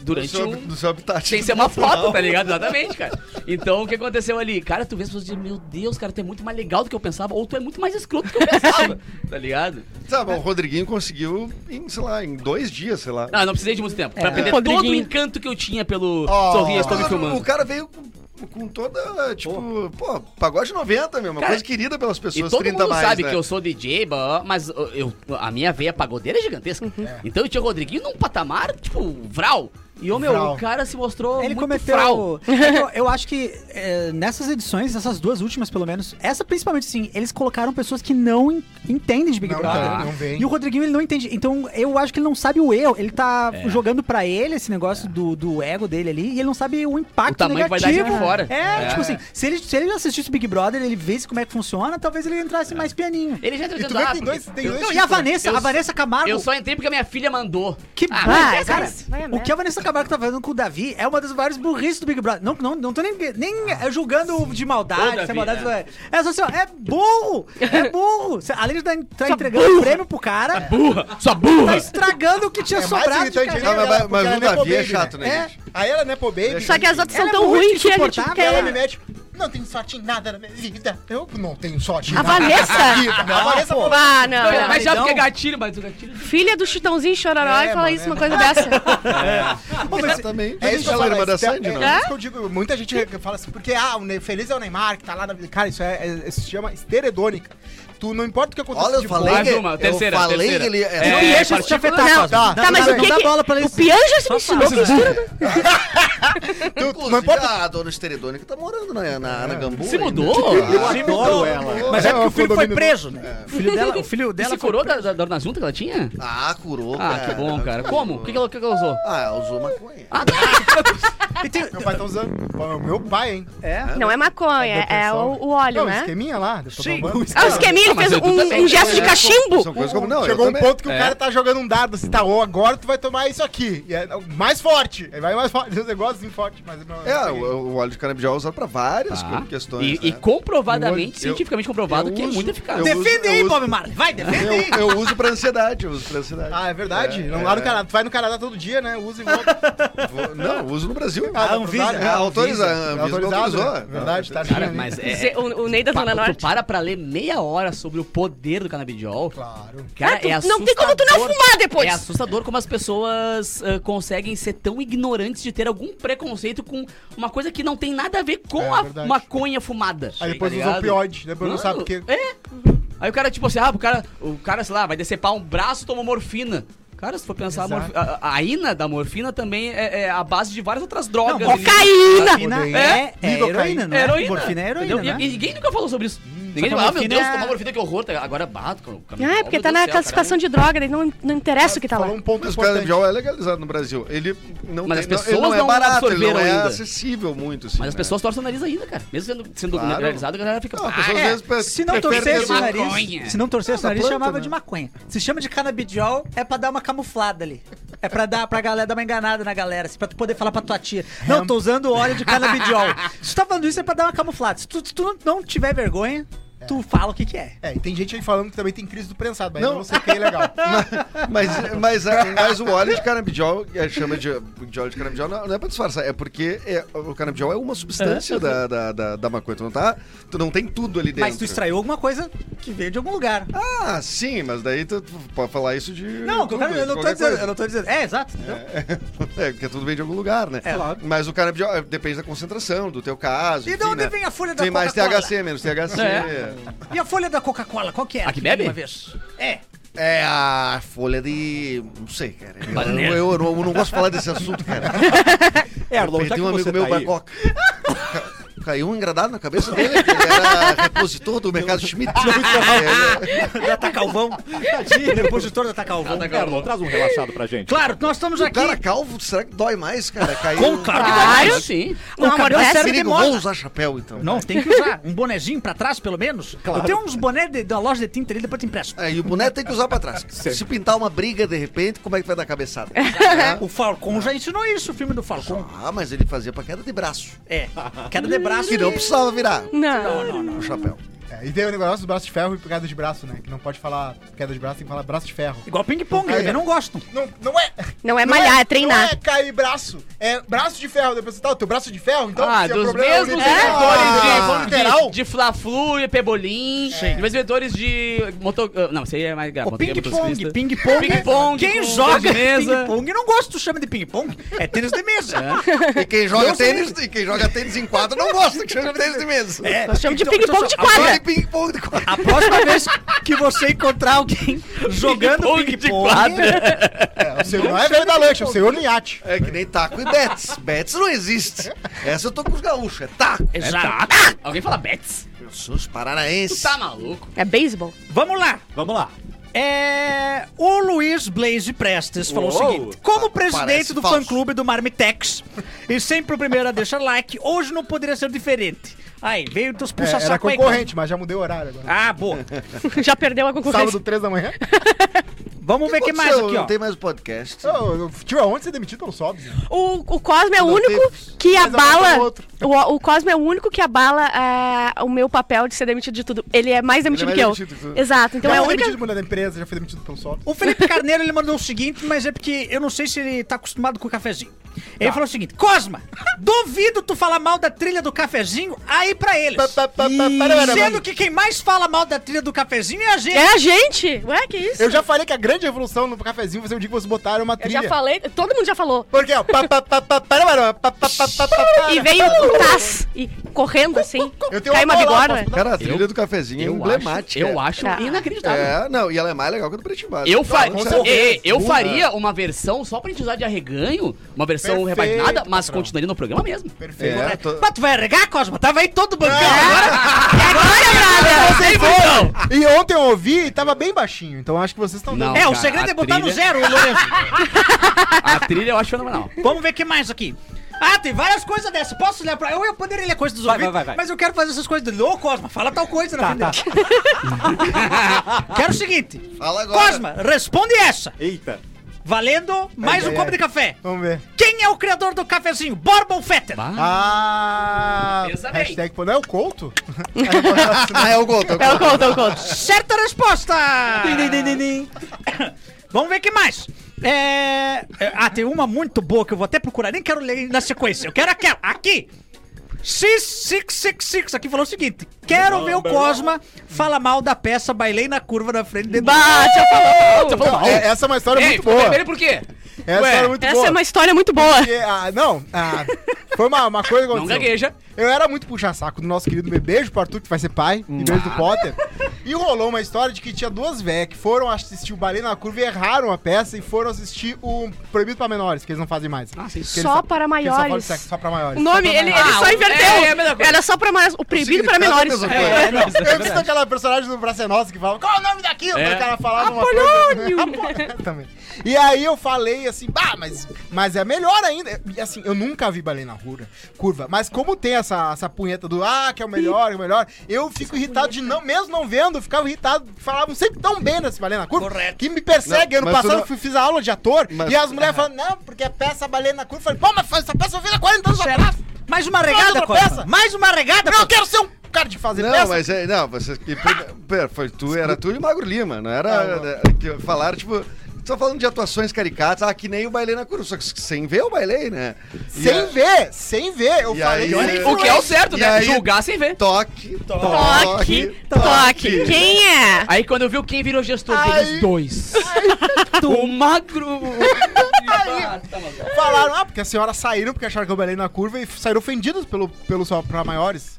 S7: Do
S2: durante
S7: seu,
S2: um.
S7: do seu habitat.
S2: Sem ser uma foto, tá ligado? Exatamente, cara. Então, o que aconteceu ali? Cara, tu vê as pessoas dizendo, meu Deus, cara, tu é muito mais legal do que eu pensava, ou tu é muito mais escroto do que eu pensava, [laughs] tá ligado?
S7: Sabe, o Rodriguinho conseguiu em, sei lá, em dois dias, sei lá.
S2: Ah, Não, eu não precisei de muito tempo.
S3: É.
S2: Pra perder
S5: Rodriguinho.
S2: todo o encanto que eu tinha pelo
S6: Oh.
S2: sorrir, estou me
S7: Mas
S2: filmando.
S7: O cara veio com, com toda, tipo, pô, pagode 90 mesmo, uma
S2: Cara,
S7: coisa querida pelas
S2: E
S7: pessoas,
S2: todo
S7: 30
S2: mundo
S7: mais,
S2: sabe
S7: né?
S2: que eu sou DJ, ba- mas eu, eu- a minha veia pagodeira é gigantesca.
S6: Uhum.
S2: Então eu tinha o Rodriguinho num patamar, tipo, vral. E, ô, meu,
S6: Vral.
S2: o cara se mostrou
S3: Ele
S2: muito
S3: cometeu.
S2: vral. [laughs]
S3: Eu, eu acho que é, nessas edições, essas duas últimas pelo menos, essa principalmente sim, eles colocaram pessoas que não en- entendem de Big
S6: Não,
S3: Brother.
S6: tá, não vem.
S3: E o Rodriguinho ele não entende. Então eu acho que ele não sabe o erro. Ele tá
S2: É.
S3: jogando pra ele esse negócio do, do ego dele ali e ele não sabe o impacto
S2: O tamanho que vai dar
S3: negativo.
S2: aqui fora.
S3: É,
S2: É.
S3: tipo assim, se ele, se ele assistisse Big Brother, ele visse como é que funciona, talvez ele entrasse mais pianinho.
S2: Ele já entrou
S6: E tu
S2: dentro
S6: vê
S2: da
S6: que tem
S2: porque-
S6: dois- tem
S2: eu-
S6: dois
S3: Não, e a Vanessa,
S2: É. Eu-
S3: a Vanessa Camargo.
S2: Eu só entrei porque a minha filha mandou.
S3: Que
S2: Ah,
S3: ba-
S5: vai,
S3: cara,
S5: vai, vai,
S3: o que a Vanessa Camargo tá fazendo com o Davi é uma das maiores burrices do Big Brother. Não, não, não tô nem, nem
S5: Ah.
S3: eh, julgando de maldade,
S2: Ô, Davi,
S3: sem maldade.
S2: né?
S3: É só assim, ó, é burro!
S5: [laughs]
S3: É burro! Cê- Além de tá, tá entregando o prêmio pro
S5: É
S3: cara,
S2: Burra! Sua burra!
S3: tá estragando o que tinha
S6: É mais
S3: sobrado de
S6: irritante
S3: carreira.
S6: ainda.
S7: Não, mas- mas-
S6: Porque ela
S7: mas o
S6: é nepo
S7: Davi é
S6: baby,
S7: chato, né,
S3: né?
S7: gente?
S6: Aí ela é Nepo Baby.
S5: Só que as outras são
S3: Ela é
S5: tão
S3: muito
S5: ruins que a gente
S3: insuportável,
S5: quer.
S6: Ela me mete. Não tenho sorte em nada na minha vida. Eu não tenho sorte em
S5: A
S6: nada.
S2: [laughs]
S5: Vanessa?
S6: Não, a Vanessa falou.
S5: Ah, não.
S3: Não,
S5: não.
S2: Mas já
S3: Então-
S2: porque é gatilho, mas o gatilho.
S5: Filha do chitãozinho chororó
S6: É,
S5: e fala
S6: mano,
S5: isso,
S6: é.
S5: uma coisa dessa.
S3: Ô, mas-
S7: Exatamente.
S6: É isso que eu
S7: ela é
S6: falo,
S7: irmã da
S6: esse te-
S7: Sandy,
S6: é,
S7: não?
S5: né?
S6: é isso que eu digo. Muita gente re- fala assim, porque ah, o Ne- feliz é o Neymar que tá lá na. Cara, isso é, é- se chama esteredônica. Tu não importa o que acontece
S7: Olha, eu
S6: de
S7: falei
S6: boa-
S2: Mais
S7: que...
S2: uma,
S7: eu
S2: terceira,
S7: falei
S2: terceira.
S7: que ele...
S2: É,
S3: Não
S2: é,
S3: deixa isso te
S2: partiu-
S3: afetar,
S5: Não,
S3: Fausto.
S5: tá,
S3: Não,
S5: mas
S3: não,
S5: o
S3: não
S5: que
S3: dá
S5: que-
S3: bola pra
S5: O
S3: isso.
S5: Pianjas me ensinou que isso
S7: Inclusive,
S6: não importa-
S7: a dona Esteredônica tá morando na, na, na Gambu.
S2: Se
S7: [laughs]
S2: mudou? Ah,
S7: Eu
S3: adoro
S7: ela.
S3: Mas é porque
S6: É,
S3: o filho
S6: o
S3: foi
S6: condomínio-
S3: preso,
S6: É.
S3: né? O filho dela, o filho
S2: E
S3: dela
S2: se
S3: foi
S2: curou da, da, da dona Junta que ela tinha?
S7: Ah, curou,
S2: Ah,
S7: cara.
S2: que bom, cara. Como? O que, que, ela, o que que ela usou?
S7: Ah, usou maconha.
S2: Ah, tá.
S3: E tem-
S6: Meu pai tá usando. Ó, Meu pai, hein?
S3: É.
S5: Não é maconha, é
S6: depressão.
S5: o, o óleo,
S6: Não, o
S5: né?
S6: esqueminha lá. depois
S3: Sim.
S6: tá bombando.
S5: Ah, o esqueminha,
S2: Ah,
S5: ele
S2: mas
S5: fez
S2: eu tô
S5: um,
S2: também.
S5: um gesto de cachimbo.
S7: São coisas como... Não, eu
S6: Chegou um
S7: também.
S6: ponto que o
S2: É.
S6: cara tá jogando um dado, assim, tá, ou agora tu vai tomar isso aqui. E é mais forte. Aí vai mais forte, [laughs] os negócios assim forte, mas não-
S7: É,
S6: não sei.
S7: o, o óleo de canabidiol é usado pra várias
S2: Tá.
S7: questões,
S2: E, e
S7: né?
S2: comprovadamente,
S7: Eu-
S2: cientificamente comprovado,
S7: eu
S2: que é
S7: uso-
S2: muito eficaz.
S7: eu
S6: um
S3: Defende
S7: uso-
S3: aí,
S7: eu uso-
S3: Bob Marley. Vai, defende aí.
S7: Eu, eu uso pra ansiedade, eu uso pra ansiedade.
S6: Ah, é verdade.
S7: É,
S6: não, lá no
S7: é.
S6: Canadá. Tu vai no Canadá todo dia, né? Usa e
S7: [laughs]
S6: volta.
S7: Vou- Não, eu uso no Brasil.
S3: Ah, Anvisa.
S7: É, autoriza, a Anvisa não
S6: né? autorizado,
S7: autorizou.
S6: né? Verdade, tá
S2: Cara,
S6: achando, né?
S2: mas é.
S5: Você- O, o Ney da
S2: pa-
S5: Zona
S2: tu
S5: Norte.
S2: para pra ler meia hora sobre o poder do canabidiol.
S6: Claro.
S2: Cara,
S5: Ah, tu-
S2: é
S5: não tem como tu não
S2: assustador.
S5: fumar depois.
S2: É assustador como as pessoas ah, conseguem ser tão ignorantes de ter algum preconceito com uma coisa que não tem nada a ver com
S6: É,
S2: a
S6: verdade.
S2: maconha fumada.
S6: Aí depois
S2: tá
S6: usa
S2: ligado?
S6: opioide, depois não sabe por quê.
S2: É. Aí o cara, tipo assim, ah, o cara, o cara, sei lá, vai decepar um braço e tomou morfina. Cara, se for pensar, a,
S6: Exato.
S2: morfi- a- a aína da morfina também é, é a base de várias outras drogas.
S3: Não,
S5: cocaína.
S3: Morfina
S2: É,
S3: é, é heroína, não é?
S2: Heroína.
S3: Morfina é heroína,
S2: entendeu?
S3: né?
S2: E, e ninguém nunca falou sobre isso.
S3: só
S2: Ninguém
S3: que
S2: falou, ah, meu
S3: morfina
S2: Deus,
S3: é-
S2: tomar morfina que horror. tá- Agora bato com o caminhão.
S5: Ah, é porque tá na classificação de droga, daí não, não interessa o que tá lá.
S6: Falou um ponto
S7: Mas o
S6: importante.
S7: canabidiol é legalizado no Brasil. Ele não,
S2: Mas
S7: tem-
S2: as
S7: não- ele
S2: pessoas
S7: não é
S2: não
S7: barato, ele não
S2: absorveram
S7: é
S2: ainda.
S7: acessível muito. assim,
S2: Mas as
S7: né?
S2: pessoas torcem o nariz ainda, cara. Mesmo sendo, sendo
S7: Claro.
S2: legalizado, a galera fica.
S7: Não, as
S2: "Ah,
S7: pessoas
S2: é,
S7: às vezes pre-
S3: Se não
S7: preferem
S3: torcesse o
S7: tomar-
S2: maconha.
S3: nariz, se não torcesse o
S7: Não, da
S3: nariz,
S7: planta,
S3: chamava
S7: né?
S3: de maconha. Se chama de canabidiol, é pra dar uma camuflada ali. É pra dar pra galera dar uma enganada na galera, assim, pra tu poder falar pra tua tia. Não, tô usando óleo de canabidiol. se tu tá falando isso, é pra dar uma camuflada. Se tu, se tu não tiver vergonha, tu fala o que que é.
S6: É, e tem gente aí falando que também tem crise do prensado, mas
S7: Não.
S6: eu não sei quem é
S7: [laughs]
S6: legal.
S7: Mas, mas, ah, mas o óleo de canabidiol, é, chama de, de óleo de canabidiol, não, não é pra disfarçar, é porque é- o canabidiol é uma substância da, da, da, da maconha. Tu não, tá, tu não tem tudo ali dentro.
S3: Mas tu extraiu alguma coisa que veio de algum lugar.
S7: Ah, sim, mas daí tu, tu pode falar isso de.
S3: Não,
S7: tudo,
S3: eu, quero- eu não tô
S7: qualquer
S3: dizendo,
S7: coisa.
S3: eu não tô dizendo. É, exato. entendeu?
S7: [laughs] É, porque tudo vem de algum lugar, né?
S3: É. Claro.
S7: Mas o canabidiol é, depende da concentração, do teu caso.
S3: E de
S7: enfim,
S3: onde
S7: né?
S3: vem a folha da
S7: Tem mais
S3: Coca-Cola?
S7: THC, menos THC.
S2: É.
S3: E a folha da Coca-Cola, qual que é?
S2: A que bebe?
S3: Uma vez. [laughs] É.
S7: É a folha de. Não sei, cara. Eu-
S2: Bananeira.
S7: Eu, eu não- eu não gosto de falar desse assunto, cara.
S1: [laughs] É, Arlon, já
S7: Perdi
S1: que
S7: um
S1: você
S7: amigo
S1: tá
S7: meu,
S1: aí, [laughs]
S7: Bacoca. Caiu um engradado na cabeça dele. Ele era repositor do
S1: [laughs]
S7: mercado Schmidt. É,
S3: Da Tacalvão. Tadinho, depositor da Tacalvão.
S1: É, Arlon, traz um relaxado pra gente.
S3: Claro, nós estamos
S7: o
S3: aqui.
S7: um cara calvo, será que dói mais, cara? Caiu. Ah,
S3: Com- claro que dói.
S2: Claro, sim. é
S5: Não,
S3: o cabelo
S5: amortece.
S3: serve de
S7: Perigo,
S3: moda.
S7: vou usar chapéu, então.
S3: Não, tem que usar um bonezinho pra trás, pelo menos. Eu tenho uns boné de- da loja de tinta ali, depois eu te empresto.
S7: É, e o boneco tem que usar pra trás. Se pintar uma briga de repente, como é que vai
S3: [laughs]
S7: dar cabeçada?
S3: É. O Falcon já ensinou isso, o filme do Falcon.
S7: ah, mas ele fazia pra queda de braço.
S3: É, queda de braço.
S7: Que não precisava virar
S5: Não.
S7: o chapéu.
S6: É, e tem o negócio do braço de ferro e queda de braço, né? Que não pode falar queda de braço, tem que falar braço de ferro.
S3: Igual ping-pong,
S6: É.
S3: eles não gostam.
S6: Não, não é.
S5: Não é malhar, é
S6: Não
S5: treinar.
S6: é cair braço. É braço de ferro. Depois você tá, o teu braço de ferro, então.
S2: ah,
S6: se é
S2: dos
S6: problema,
S2: mesmos
S6: ele- Ah,
S2: vetores de,
S6: literal.
S2: de, de Fla-Flu e Pebolim, dos mesmos vetores de moto... ah, Não, isso aí é mais grave.
S3: O ping-pong,
S2: motociclista.
S3: ping-pong. né?
S2: Ping-pong,
S3: Quem
S2: com
S3: joga
S2: tênis de mesa.
S3: ping-pong não gosta, tu chama de ping-pong. É tênis de mesa.
S7: E quem joga tênis, e quem joga tênis em quadra não gosta que chama de tênis de mesa.
S3: É.
S5: Nós chamamos de
S3: Então, então,
S5: ping-pong de
S3: só-
S7: Joga
S5: quadra.
S7: ping-pong de quadra.
S3: A próxima vez que você encontrar alguém jogando
S2: [laughs] Ping-pong de
S3: ping-pong,
S2: quadra.
S6: É, o senhor não é velho da lancha, é o senhor no iate.
S7: É que nem taco e bets. Bets não existe. Essa eu tô com os gaúchos. É taco.
S2: Exato. Alguém fala Betts?
S7: Eu sou os
S2: Tu
S7: paranaenses.
S2: tá maluco?
S5: É [laughs] beisebol.
S3: vamos lá.
S1: Vamos lá.
S3: É, o Luiz Blaze Prestes falou
S1: Uou.
S3: o seguinte: Como presidente
S7: Parece
S3: do
S7: falso.
S3: fã-clube do Marmitex, e sempre o primeiro a deixar like, hoje não poderia ser diferente. Aí, veio dos
S6: É,
S3: puxa
S6: era
S3: saco aí.
S6: concorrente, mas já mudei o horário agora.
S3: Ah, boa.
S6: [laughs]
S5: Já perdeu a concorrência.
S6: Sábado, três da manhã.
S3: Vamos ver o que mais aqui, ó.
S7: Não tem mais podcast.
S6: Ô, Tio, aonde você é demitido pelo Sobs?
S5: O, o Cosme é o
S7: Não
S5: único
S7: teve.
S5: que
S6: Mas abala
S5: abala.
S6: outro.
S5: O, o Cosme é o único que abala ah, o meu papel de ser demitido de tudo. Ele é mais demitido
S7: mais
S5: que eu.
S7: demitido que tu.
S5: Exato. Então
S6: já
S5: é a
S6: fui
S5: única.
S6: demitido por mulher da empresa, já fui demitido pelo Sobs.
S3: O Felipe Carneiro ele mandou o seguinte, mas é porque eu não sei se ele tá acostumado com o cafezinho. Ele falou o seguinte: Cosma, duvido tu falar mal da trilha do cafezinho aí pra eles.
S6: Tá,
S3: Sendo que quem mais fala mal da trilha do cafezinho é a gente.
S5: É a gente! Ué, que isso?
S6: Eu já falei que a grande revolução no cafezinho vai ser o dia que vocês botaram uma
S5: Eu
S6: trilha.
S5: já falei, todo mundo já falou.
S6: Porque, ó. pa, pa, pa, pa, para, para, pa, pa, pa, pa, pa, para.
S5: E veio o Taz e correndo assim.
S6: Eu tenho
S5: Cai uma
S6: bola,
S5: bigorna.
S6: posso botar?
S7: Cara, a trilha do cafezinho é
S2: eu
S7: emblemática.
S2: Acho, eu acho
S5: Tá.
S2: inacreditável.
S7: É, não, e ela é mais legal que a do Pretinho Básico.
S2: Eu, fa-
S7: Não,
S6: com
S7: isso é-
S6: certeza.
S2: Ei, eu
S7: Boa.
S2: farinha uma versão só pra gente usar de arreganho, uma versão
S6: Perfeito,
S2: repaginada, mas
S6: Patrão.
S2: continuaria no programa mesmo.
S6: Perfeito.
S7: É, tô-
S3: Mas tu vai arregar, Cosma? Tava aí todo bancando agora.
S2: Ah, Ei, Brunão!
S6: E ontem eu ouvi e tava bem baixinho, então acho que vocês estão
S2: Não.
S3: É, o
S2: cara,
S3: segredo
S2: a
S3: é botar no
S2: trilha-
S3: zero, Lourenço.
S2: A trilha eu acho fenomenal.
S3: Vamos ver o que mais aqui. Ah, tem várias coisas dessa. Posso ler pra. Eu, eu poderia ler coisa dos ouvintes,
S1: vai, vai, vai.
S3: mas eu quero fazer essas coisas do. Ô, Cosma, fala tal coisa na tá, [laughs] Quero o seguinte.
S7: Fala agora.
S3: Cosma, responde essa.
S1: Eita.
S3: Valendo mais
S6: Ai,
S3: um
S6: ai,
S3: copo
S6: ai.
S3: de café.
S6: Vamos ver.
S3: Quem é o criador do cafezinho? Borba ou Fetter?
S6: Ah,
S2: Hum. Pensa bem.
S6: hashtag, pô, não é o Couto?
S7: Ah, é o Goto. é o
S5: É o
S7: Goto.
S5: conto, é o conto.
S3: Certa resposta! Vamos ver o que mais. É... é, Ah, tem uma muito boa que eu vou até procurar, nem quero ler na sequência. Eu quero aquela. Aqui! 6666 aqui falou o seguinte: Quero ver o Cosma fala mal da peça Bailei na curva na frente de
S5: Bate a
S2: Você falou
S6: Não,
S2: mal.
S6: é- essa é uma história
S2: Ei,
S6: muito
S2: ficou
S6: boa.
S2: vermelho por quê?
S6: Essa
S2: Ué,
S6: era muito
S5: Essa
S6: boa.
S5: é uma história muito boa.
S6: Porque, ah, não, ah, foi uma, uma coisa que
S2: Não
S6: aconteceu.
S2: gagueja.
S6: Eu era muito puxa-saco do nosso querido bebê. Beijo pro Arthur, que vai ser pai.
S2: Hum.
S6: E beijo do Potter. E rolou uma história de que tinha duas véias que foram assistir o Balé na Curva e erraram a peça e foram assistir o Proibido pra Menores, que eles não fazem mais.
S2: Ah, sim.
S6: Que eles
S5: Só para
S6: que eles Só, falam de
S5: maiores.
S6: sexo, só pra maiores.
S5: O nome, ele, ele
S2: Ah,
S5: só
S2: o-
S5: inverteu.
S2: é, é a mesma coisa.
S5: Era só pra maiores. O proibido para
S7: significado é a
S5: menores.
S7: mesma coisa.
S5: É.
S6: Eu vi aquela personagem do Praça é Nossa que falava, qual é o nome daquilo?
S2: É.
S6: Pra cara falava uma
S5: Apolônio!
S6: coisa. [laughs] Apolônio também. E aí eu falei assim, bah, mas, mas é melhor ainda. E assim, eu nunca vi baleia na rua, curva. Mas como tem essa, essa punheta do, ah, que é o melhor, que é o melhor, eu fico irritado de não, mesmo não vendo, eu ficava irritado, falavam sempre tão bem nessa baleia na curva.
S3: Correto.
S6: Que me persegue.
S7: Não,
S6: ano
S7: mas tu
S6: passado
S7: não-
S6: eu fui- fiz a aula de ator
S7: Mas-
S6: e as mulheres falam, não, porque a peça baleia na curva. Eu falei, pô, mas essa peça eu fiz há 40 anos atrás.
S3: Mais uma regada,
S6: outra
S3: Cosma.
S6: peça?
S3: Mais uma regada,
S6: Não, eu
S3: Cosma.
S6: quero ser um cara de fazer peça.
S7: Não, mas é. Não, você. que- Pera, foi tu, era tu e o Magro Lima, não era. é, que falaram, tipo. Só falando de atuações caricatas, ah, que nem o bailei na curva, só que sem ver o bailei, né? E
S6: Sem
S7: a-
S6: ver, sem ver. Eu
S7: e
S6: falei
S7: aí-
S6: que eu era
S2: O que é o
S6: influencer.
S2: certo,
S7: E
S2: né?
S7: aí-
S2: Julgar sem ver.
S7: Toque,
S5: Toque, toque. Quem é?
S2: Aí quando eu vi quem virou gestor
S6: Ai.
S2: deles, dois. O magro.
S6: Falaram, ah, porque as senhoras saíram porque acharam que eu balei na curva e saíram ofendidas pelo, pelo só pra maiores.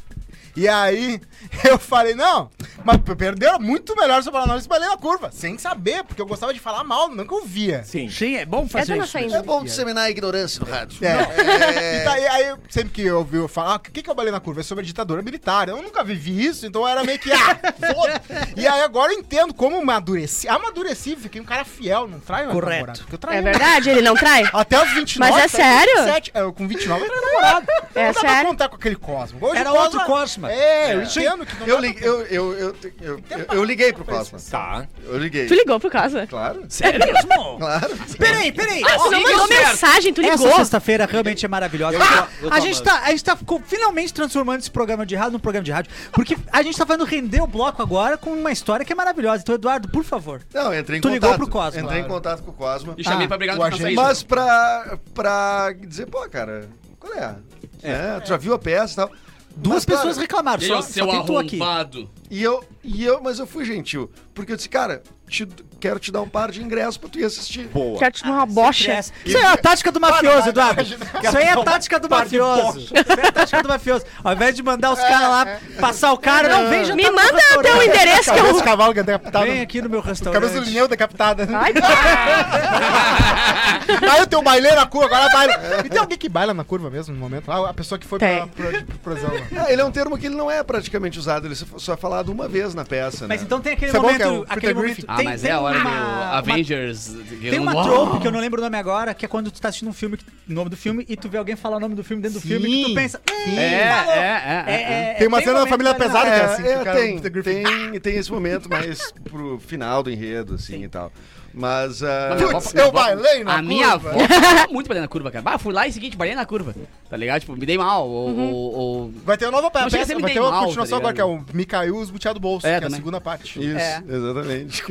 S6: E aí [laughs] eu falei, não, mas p- perderam muito melhor se eu falar, não, isso balei na curva. Sem saber, porque eu gostava de falar mal, não que eu via.
S1: Sim.
S3: Sim, é bom
S5: É
S3: fazer
S5: da nossa
S3: isso.
S7: É
S5: ainda.
S7: bom disseminar a ignorância no rádio.
S6: É, é, e daí, aí, eu- sempre que eu ouvi eu falar, ah, o que, que é o balé na curva? É sobre a ditadura militar. Eu nunca vivi isso, então era meio que, ah, foda. E aí agora eu entendo como amadureci. Amadureci, fiquei um cara fiel, não traio
S3: Correto.
S6: Porque eu traí um
S5: É verdade, ele não trai?
S6: Até os 29.
S5: Mas é
S6: até os
S5: sério?
S6: 27. É, eu com 29 eu era namorado.
S5: É
S6: não dá
S5: sério?
S6: pra contar com aquele Cosmo. Hoje
S3: Era
S6: o
S3: outro Cosma.
S6: É, eu entendo que não
S7: Eu,
S6: dá
S7: li- eu, eu, eu, eu, eu, eu liguei pro Cosma.
S1: Tá.
S7: Eu liguei.
S5: Tu ligou pro casa?
S7: Claro,
S3: É mesmo?
S7: claro.
S3: Peraí, peraí.
S2: Ah,
S5: Tu
S2: sim,
S5: mandou
S2: deu certo.
S5: mensagem, tu ligou.
S3: Essa sexta-feira realmente é maravilhosa.
S1: eu tô
S3: a, gente
S1: amando.
S3: tá, a gente tá co- finalmente transformando esse programa de rádio num programa de rádio, porque a gente tá fazendo render o bloco agora com uma história que é maravilhosa. Então, Eduardo, por favor.
S7: Não, eu entrei em
S3: Tu
S7: contato.
S3: ligou pro Cosma.
S7: Entrei em contato com o Cosma.
S2: E chamei
S3: Ah,
S2: pra brigar
S6: o
S2: no
S6: agente.
S2: Francisco.
S7: Mas pra, pra dizer, pô, cara, qual é? É, tu já viu a peça e tal.
S3: Duas
S7: Mas, cara,
S3: pessoas reclamaram,
S2: E
S3: só,
S2: aí,
S3: só tem tu aqui.
S2: arrombado.
S7: E eu, e eu, mas eu fui gentil. Porque eu disse, cara, te- quero te dar um par de ingressos pra tu ir assistir.
S1: Boa.
S5: Quero te dar uma bocha.
S3: Cresce. Isso aí é a tática do mafioso, Eduardo. Isso aí é a tática do mafioso. Isso aí é a tática do mafioso. Ao invés de mandar os caras lá passar o cara, não, vem jantar
S5: Me
S6: Tá,
S3: no meu
S5: manda o teu
S3: restaurante.
S5: um endereço que
S6: Cabeça
S5: eu.
S6: do cavalo que é decapitada.
S3: Vem aqui no meu restaurante.
S6: Cabeça do leão decapitada. [laughs]
S5: Ai,
S6: Aí eu tenho um baile na curva, agora baila. E tem alguém que baila na curva mesmo no momento? Ah, a pessoa que foi pra,
S5: Tem.
S6: pra, pro prosão. lá.
S7: Ah, ele é um termo que ele não é praticamente usado, ele só só é falado uma vez na peça.
S3: Mas
S7: né?
S3: então tem aquele
S6: Isso é bom que é
S3: momento.
S6: o
S3: aquele
S6: Peter Griffin.
S3: momento
S2: Ah,
S3: tem-
S2: mas
S3: tem
S2: é a hora
S3: uma-
S2: do Avengers.
S3: Tem uma
S2: Uau.
S3: trope que eu não lembro o nome agora, que é quando tu tá assistindo um filme, que- o nome do filme, e tu vê alguém falar o nome do filme dentro do filme, que tu
S6: Sim.
S3: pensa. "Hum,
S2: É,
S3: falou."
S2: é, é, é.
S3: É, é,
S6: Tem uma cena da
S3: momento
S6: Família
S3: que vai-
S6: Pesada,
S7: É,
S6: que assim,
S7: é,
S6: que o cara-
S7: tem, tem, tem esse momento mais pro final do enredo, assim e tal. Mas. ah,
S2: Mas minha avó-
S6: Putz,
S2: minha
S6: eu
S2: avó-
S6: bailei na
S2: A minha
S6: curva.
S2: avó bailou muito bailei na curva, cara. Bah, fui lá e seguinte, bailei na curva. Tá ligado? Tipo, me dei mal. Ou,
S3: Uhum.
S2: ou- ou-
S6: Vai ter uma nova
S2: Não chega a
S6: peça,
S2: ser
S6: vai
S2: bem
S6: ter uma
S2: mal,
S6: continuação
S2: tá
S6: agora, que é o Me Caiu os Butiá do Bolso,
S2: É,
S6: que é a
S2: também.
S6: segunda parte.
S7: Isso,
S3: É.
S7: exatamente.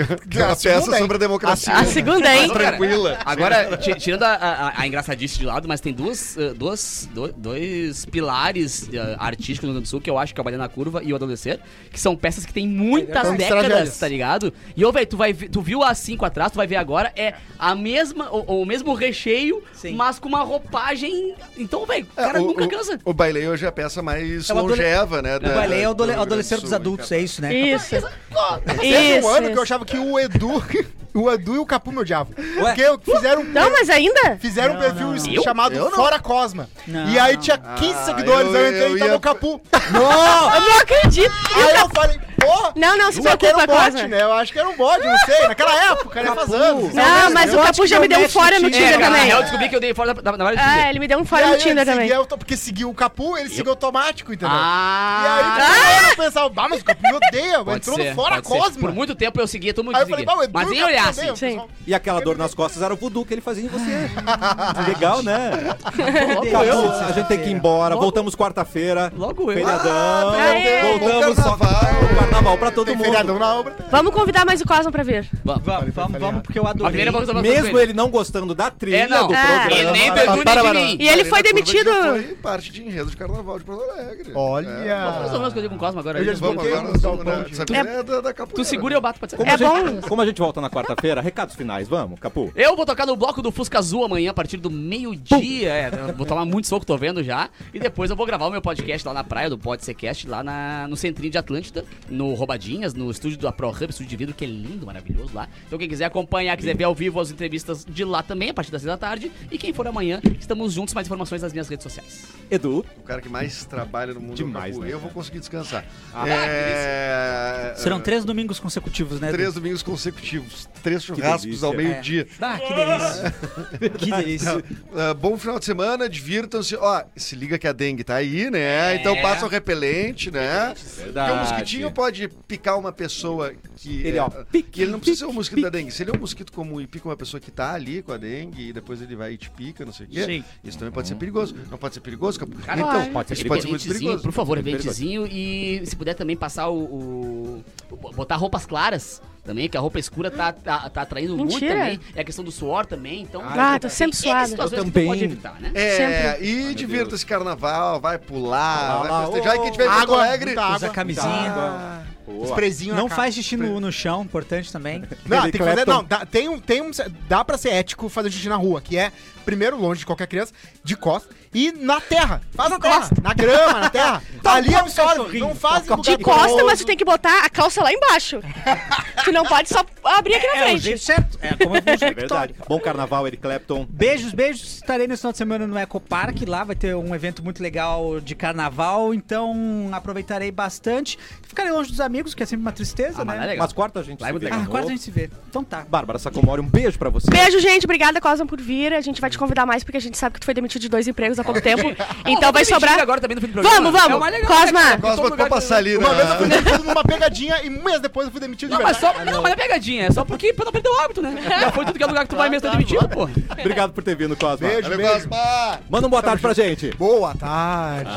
S6: é a
S7: [laughs] Que é uma peça
S6: segunda,
S7: sobre a democracia.
S5: A segunda, hein?
S7: Tranquila.
S2: Agora, ti- tirando a, a, a engraçadice de lado, mas tem duas, eh, duas, do- dois pilares eh, artísticos no Rio Grande do Sul que eu acho que é o Bailei na Curva e o Adolescer, que são peças que tem muitas
S6: Grandes
S2: décadas,
S6: tragédias.
S2: tá ligado? E, ô, velho, tu, vai ver- tu viu há cinco atrás, tu vai ver agora, é a mesma, o, o mesmo recheio,
S3: Sim.
S2: mas com uma roupagem... Então, velho, o
S7: É,
S2: cara
S7: o-
S2: nunca
S7: o-
S2: cansa.
S7: O bailei hoje é a peça mais
S3: É o adole-
S7: longeva, né?
S3: O balé é o adole- adolescente
S7: adolescente
S3: dos adultos, é isso, né?
S5: Isso.
S6: Tá Teve
S5: Isso.
S6: um ano que eu
S5: isso.
S6: achava que o Edu, [laughs] o Edu e o Capu me odiavam.
S3: Ué?
S6: Porque fizeram um
S5: Não, mas ainda?
S6: Fizeram um
S3: Não,
S6: perfil
S3: não, não.
S6: es- chamado
S7: Eu não.
S6: Fora Cosma.
S3: Não.
S6: E aí tinha 15
S7: Ah,
S6: seguidores,
S7: eu-
S6: eu, entrei
S7: eu
S6: e tava
S7: ia-
S6: o Capu.
S5: Eu não acredito.
S6: aí eu falei, pô,
S5: Não, não, se
S6: isso aqui era um
S5: preocupa,
S6: bode,
S5: Cosma.
S6: né? Eu acho que era um bode, não sei. Naquela época, né? Faz anos.
S5: Não, mas o
S3: Eu acho
S5: Capu
S3: que
S5: já
S3: eu
S5: me deu um
S3: match
S5: fora no
S3: no
S5: Tinder
S2: É, cara, na
S5: também.
S2: real, eu descobri que eu dei fora da, da, da hora de
S5: Ah,
S2: dizer.
S5: ele me deu um
S6: E
S5: fora
S6: aí
S5: no
S6: ele
S5: Tinder também.
S6: seguia, eu- porque seguiu o Capu, ele seguiu automático, entendeu? E aí,
S2: Ah!
S6: tipo, ah! eu pensava, bah, mas o Capu me odeia,
S2: Pode
S6: entrou
S2: ser,
S6: no Fora
S2: pode ser.
S6: Cosma.
S2: Por muito tempo eu seguia, todo mundo
S6: Aí eu
S2: seguia.
S6: falei, bah, o Edu tá
S2: mas
S6: e o
S2: nem
S6: Capu
S2: olhar
S6: odeiam,
S2: assim.
S5: Sim.
S6: pessoal.
S1: E aquela dor nas costas era o voodoo que ele fazia em você. Legal, né?
S2: Logo
S3: Acabou.
S2: eu.
S1: Acabou, a gente tem que ir embora. Voltamos quarta-feira.
S2: Logo eu.
S1: Feriadão.
S5: Aê!
S1: Voltamos
S7: Bom
S1: só
S7: carnaval.
S1: o carnaval pra todo
S6: Tem
S1: mundo.
S6: feriadão na obra.
S5: Vamos convidar mais o Cosmo pra vir.
S3: Vamos, vamos, vamos, porque eu
S2: A
S3: adorei.
S2: primeira vamos
S1: Mesmo ele não gostando da trilha
S2: É, não.
S1: do
S2: E
S5: Ah.
S1: programa.
S2: nem do Edu, nem de mim.
S5: E ele foi demitido.
S7: Foi parte de enredo de carnaval de Porto Alegre. É.
S2: Vamos resolver umas coisas com o Cosmo agora.
S6: Eu já
S2: aí.
S7: Vamos
S6: Porque
S7: agora
S6: eu
S7: nós
S6: sou
S7: vamos,
S6: bom
S7: né?
S6: de-
S7: Essa trilha é da, da capoeira.
S2: Tu segura e eu bato, pode ser.
S1: Como,
S2: É.
S1: a gente, [laughs]
S5: bom.
S1: como a gente volta na quarta-feira, recados finais, vamos, Capu?
S2: É, Eu vou tocar no bloco do Fusca Azul amanhã a partir do meio-dia. É, eu vou tomar muito soco, tô vendo já. E depois eu vou gravar o meu podcast lá na praia do Pode Ser Cast, lá na- no centrinho de Atlântida, no Roubadinhas, no estúdio da ProHub, estúdio de vidro, que é lindo, maravilhoso lá. Então quem quiser acompanhar, quiser ver ao vivo as entrevistas de lá também, a partir das seis da tarde. E quem for amanhã, estamos juntos. Mais informações nas minhas redes sociais.
S1: Edu,
S7: O cara que mais trabalha no mundo é o
S1: Demais,
S7: Capu.
S1: né,
S7: Eu vou conseguir descansar.
S1: Ah,
S7: É,
S3: Serão três domingos consecutivos, né? Edu?
S7: Três domingos consecutivos. Três churrascos
S1: delícia.
S7: ao meio-dia.
S3: Ah, que delícia. [laughs] que delícia.
S7: Ah, bom final de semana, divirtam-se. Ó, se liga que a dengue tá aí, né? Então passa o repelente, né? Porque o mosquitinho pode picar uma pessoa que.
S1: Ele,
S7: é,
S1: ó, pique,
S7: e ele não precisa ser um
S1: pique,
S7: mosquito da dengue. Se ele é um mosquito comum e pica uma pessoa que tá ali com a dengue e depois ele vai e te pica, não sei o quê.
S3: Sim.
S7: Isso também pode ser perigoso. Não pode ser perigoso, Capu?
S2: Cara,
S7: então,
S1: pode ser
S7: isso pode ser muito
S2: Eventezinho,
S7: perigoso.
S2: Por favor,
S7: Muito perigoso.
S2: eventezinho e se puder também passar o, o- botar roupas claras também, que a roupa escura tá, tá, tá atraindo muito
S5: Mentira.
S2: também. É a questão do suor também, então...
S5: Ah, tô sempre
S2: Tem
S5: suada.
S2: N situações
S1: Eu
S2: é que tu
S1: também.
S2: pode evitar, né?
S7: É,
S5: Sempre.
S7: e divirta-se carnaval, vai
S1: Lá,
S7: pular,
S1: lá,
S7: vai festejar. E quem tiver em Porto
S6: água, Tá
S7: Alegre,
S6: muita água. Tá.
S3: Usa camisinha.
S6: Sprezinho na
S3: Não
S6: cara.
S3: faz é xixi no, no chão, importante também.
S6: Não,
S1: Billy
S6: tem que fazer,
S1: Clapton.
S6: não dá, tem um, tem um, dá pra ser ético fazer xixi na rua, que é, primeiro, longe de qualquer criança, de costas, e na terra. Faz na terra, na grama, na
S5: [laughs]
S6: terra.
S5: Tá
S6: Ali é absorve, não faz em lugar
S5: De costa,
S6: perigoso.
S5: mas tu tem que botar a calça lá
S2: [laughs]
S5: embaixo. tu não pode só abrir aqui na
S3: É o
S5: frente.
S3: jeito certo. É como eu vou
S1: É verdade. Bom carnaval, Eric Clapton.
S3: Beijos, beijos. Estarei nesse final de semana no Eco Park. Lá vai ter um evento muito legal de carnaval. Então aproveitarei bastante. Ficarei longe dos amigos, que é sempre uma tristeza,
S2: Ah, mas
S3: né?
S2: não é legal.
S1: Mas quarta a gente
S2: Lá é
S1: se
S2: muito
S1: vê
S3: Ah,
S1: de
S2: legal.
S1: novo.
S3: quarta a gente se vê. Então tá.
S1: Bárbara Sacomori, um beijo pra você.
S5: Beijo, gente. Obrigada, Cosmo, por vir. A gente vai te convidar mais porque a gente sabe que tu foi demitido de dois empregos há
S2: [laughs]
S5: pouco tempo. Então vai
S2: Vamos demitir
S5: sobrar.
S2: Agora também no fim do programa.
S5: Vamos,
S2: É o mais
S5: vamos.
S2: legal, né, cara?
S5: Cosma.
S2: Todo
S7: Cosma, tu
S2: lugar
S7: vai
S2: que-
S7: passar ali,
S6: Uma vez eu fui
S7: né?
S6: demitido numa pegadinha e um mês depois eu fui demitido
S2: Não,
S6: de
S2: mas
S6: verdade.
S2: só, não, mas é pegadinha, é só porque pra não perder o hábito, né? Já foi tudo que é lugar que tu vai mesmo tá demitido, pô.
S1: Obrigado por ter vindo, Cosma.
S6: Beijo,
S7: Valeu,
S6: beijo.
S7: Cosma!
S1: Manda um boa tarde pra gente.
S6: Boa tarde.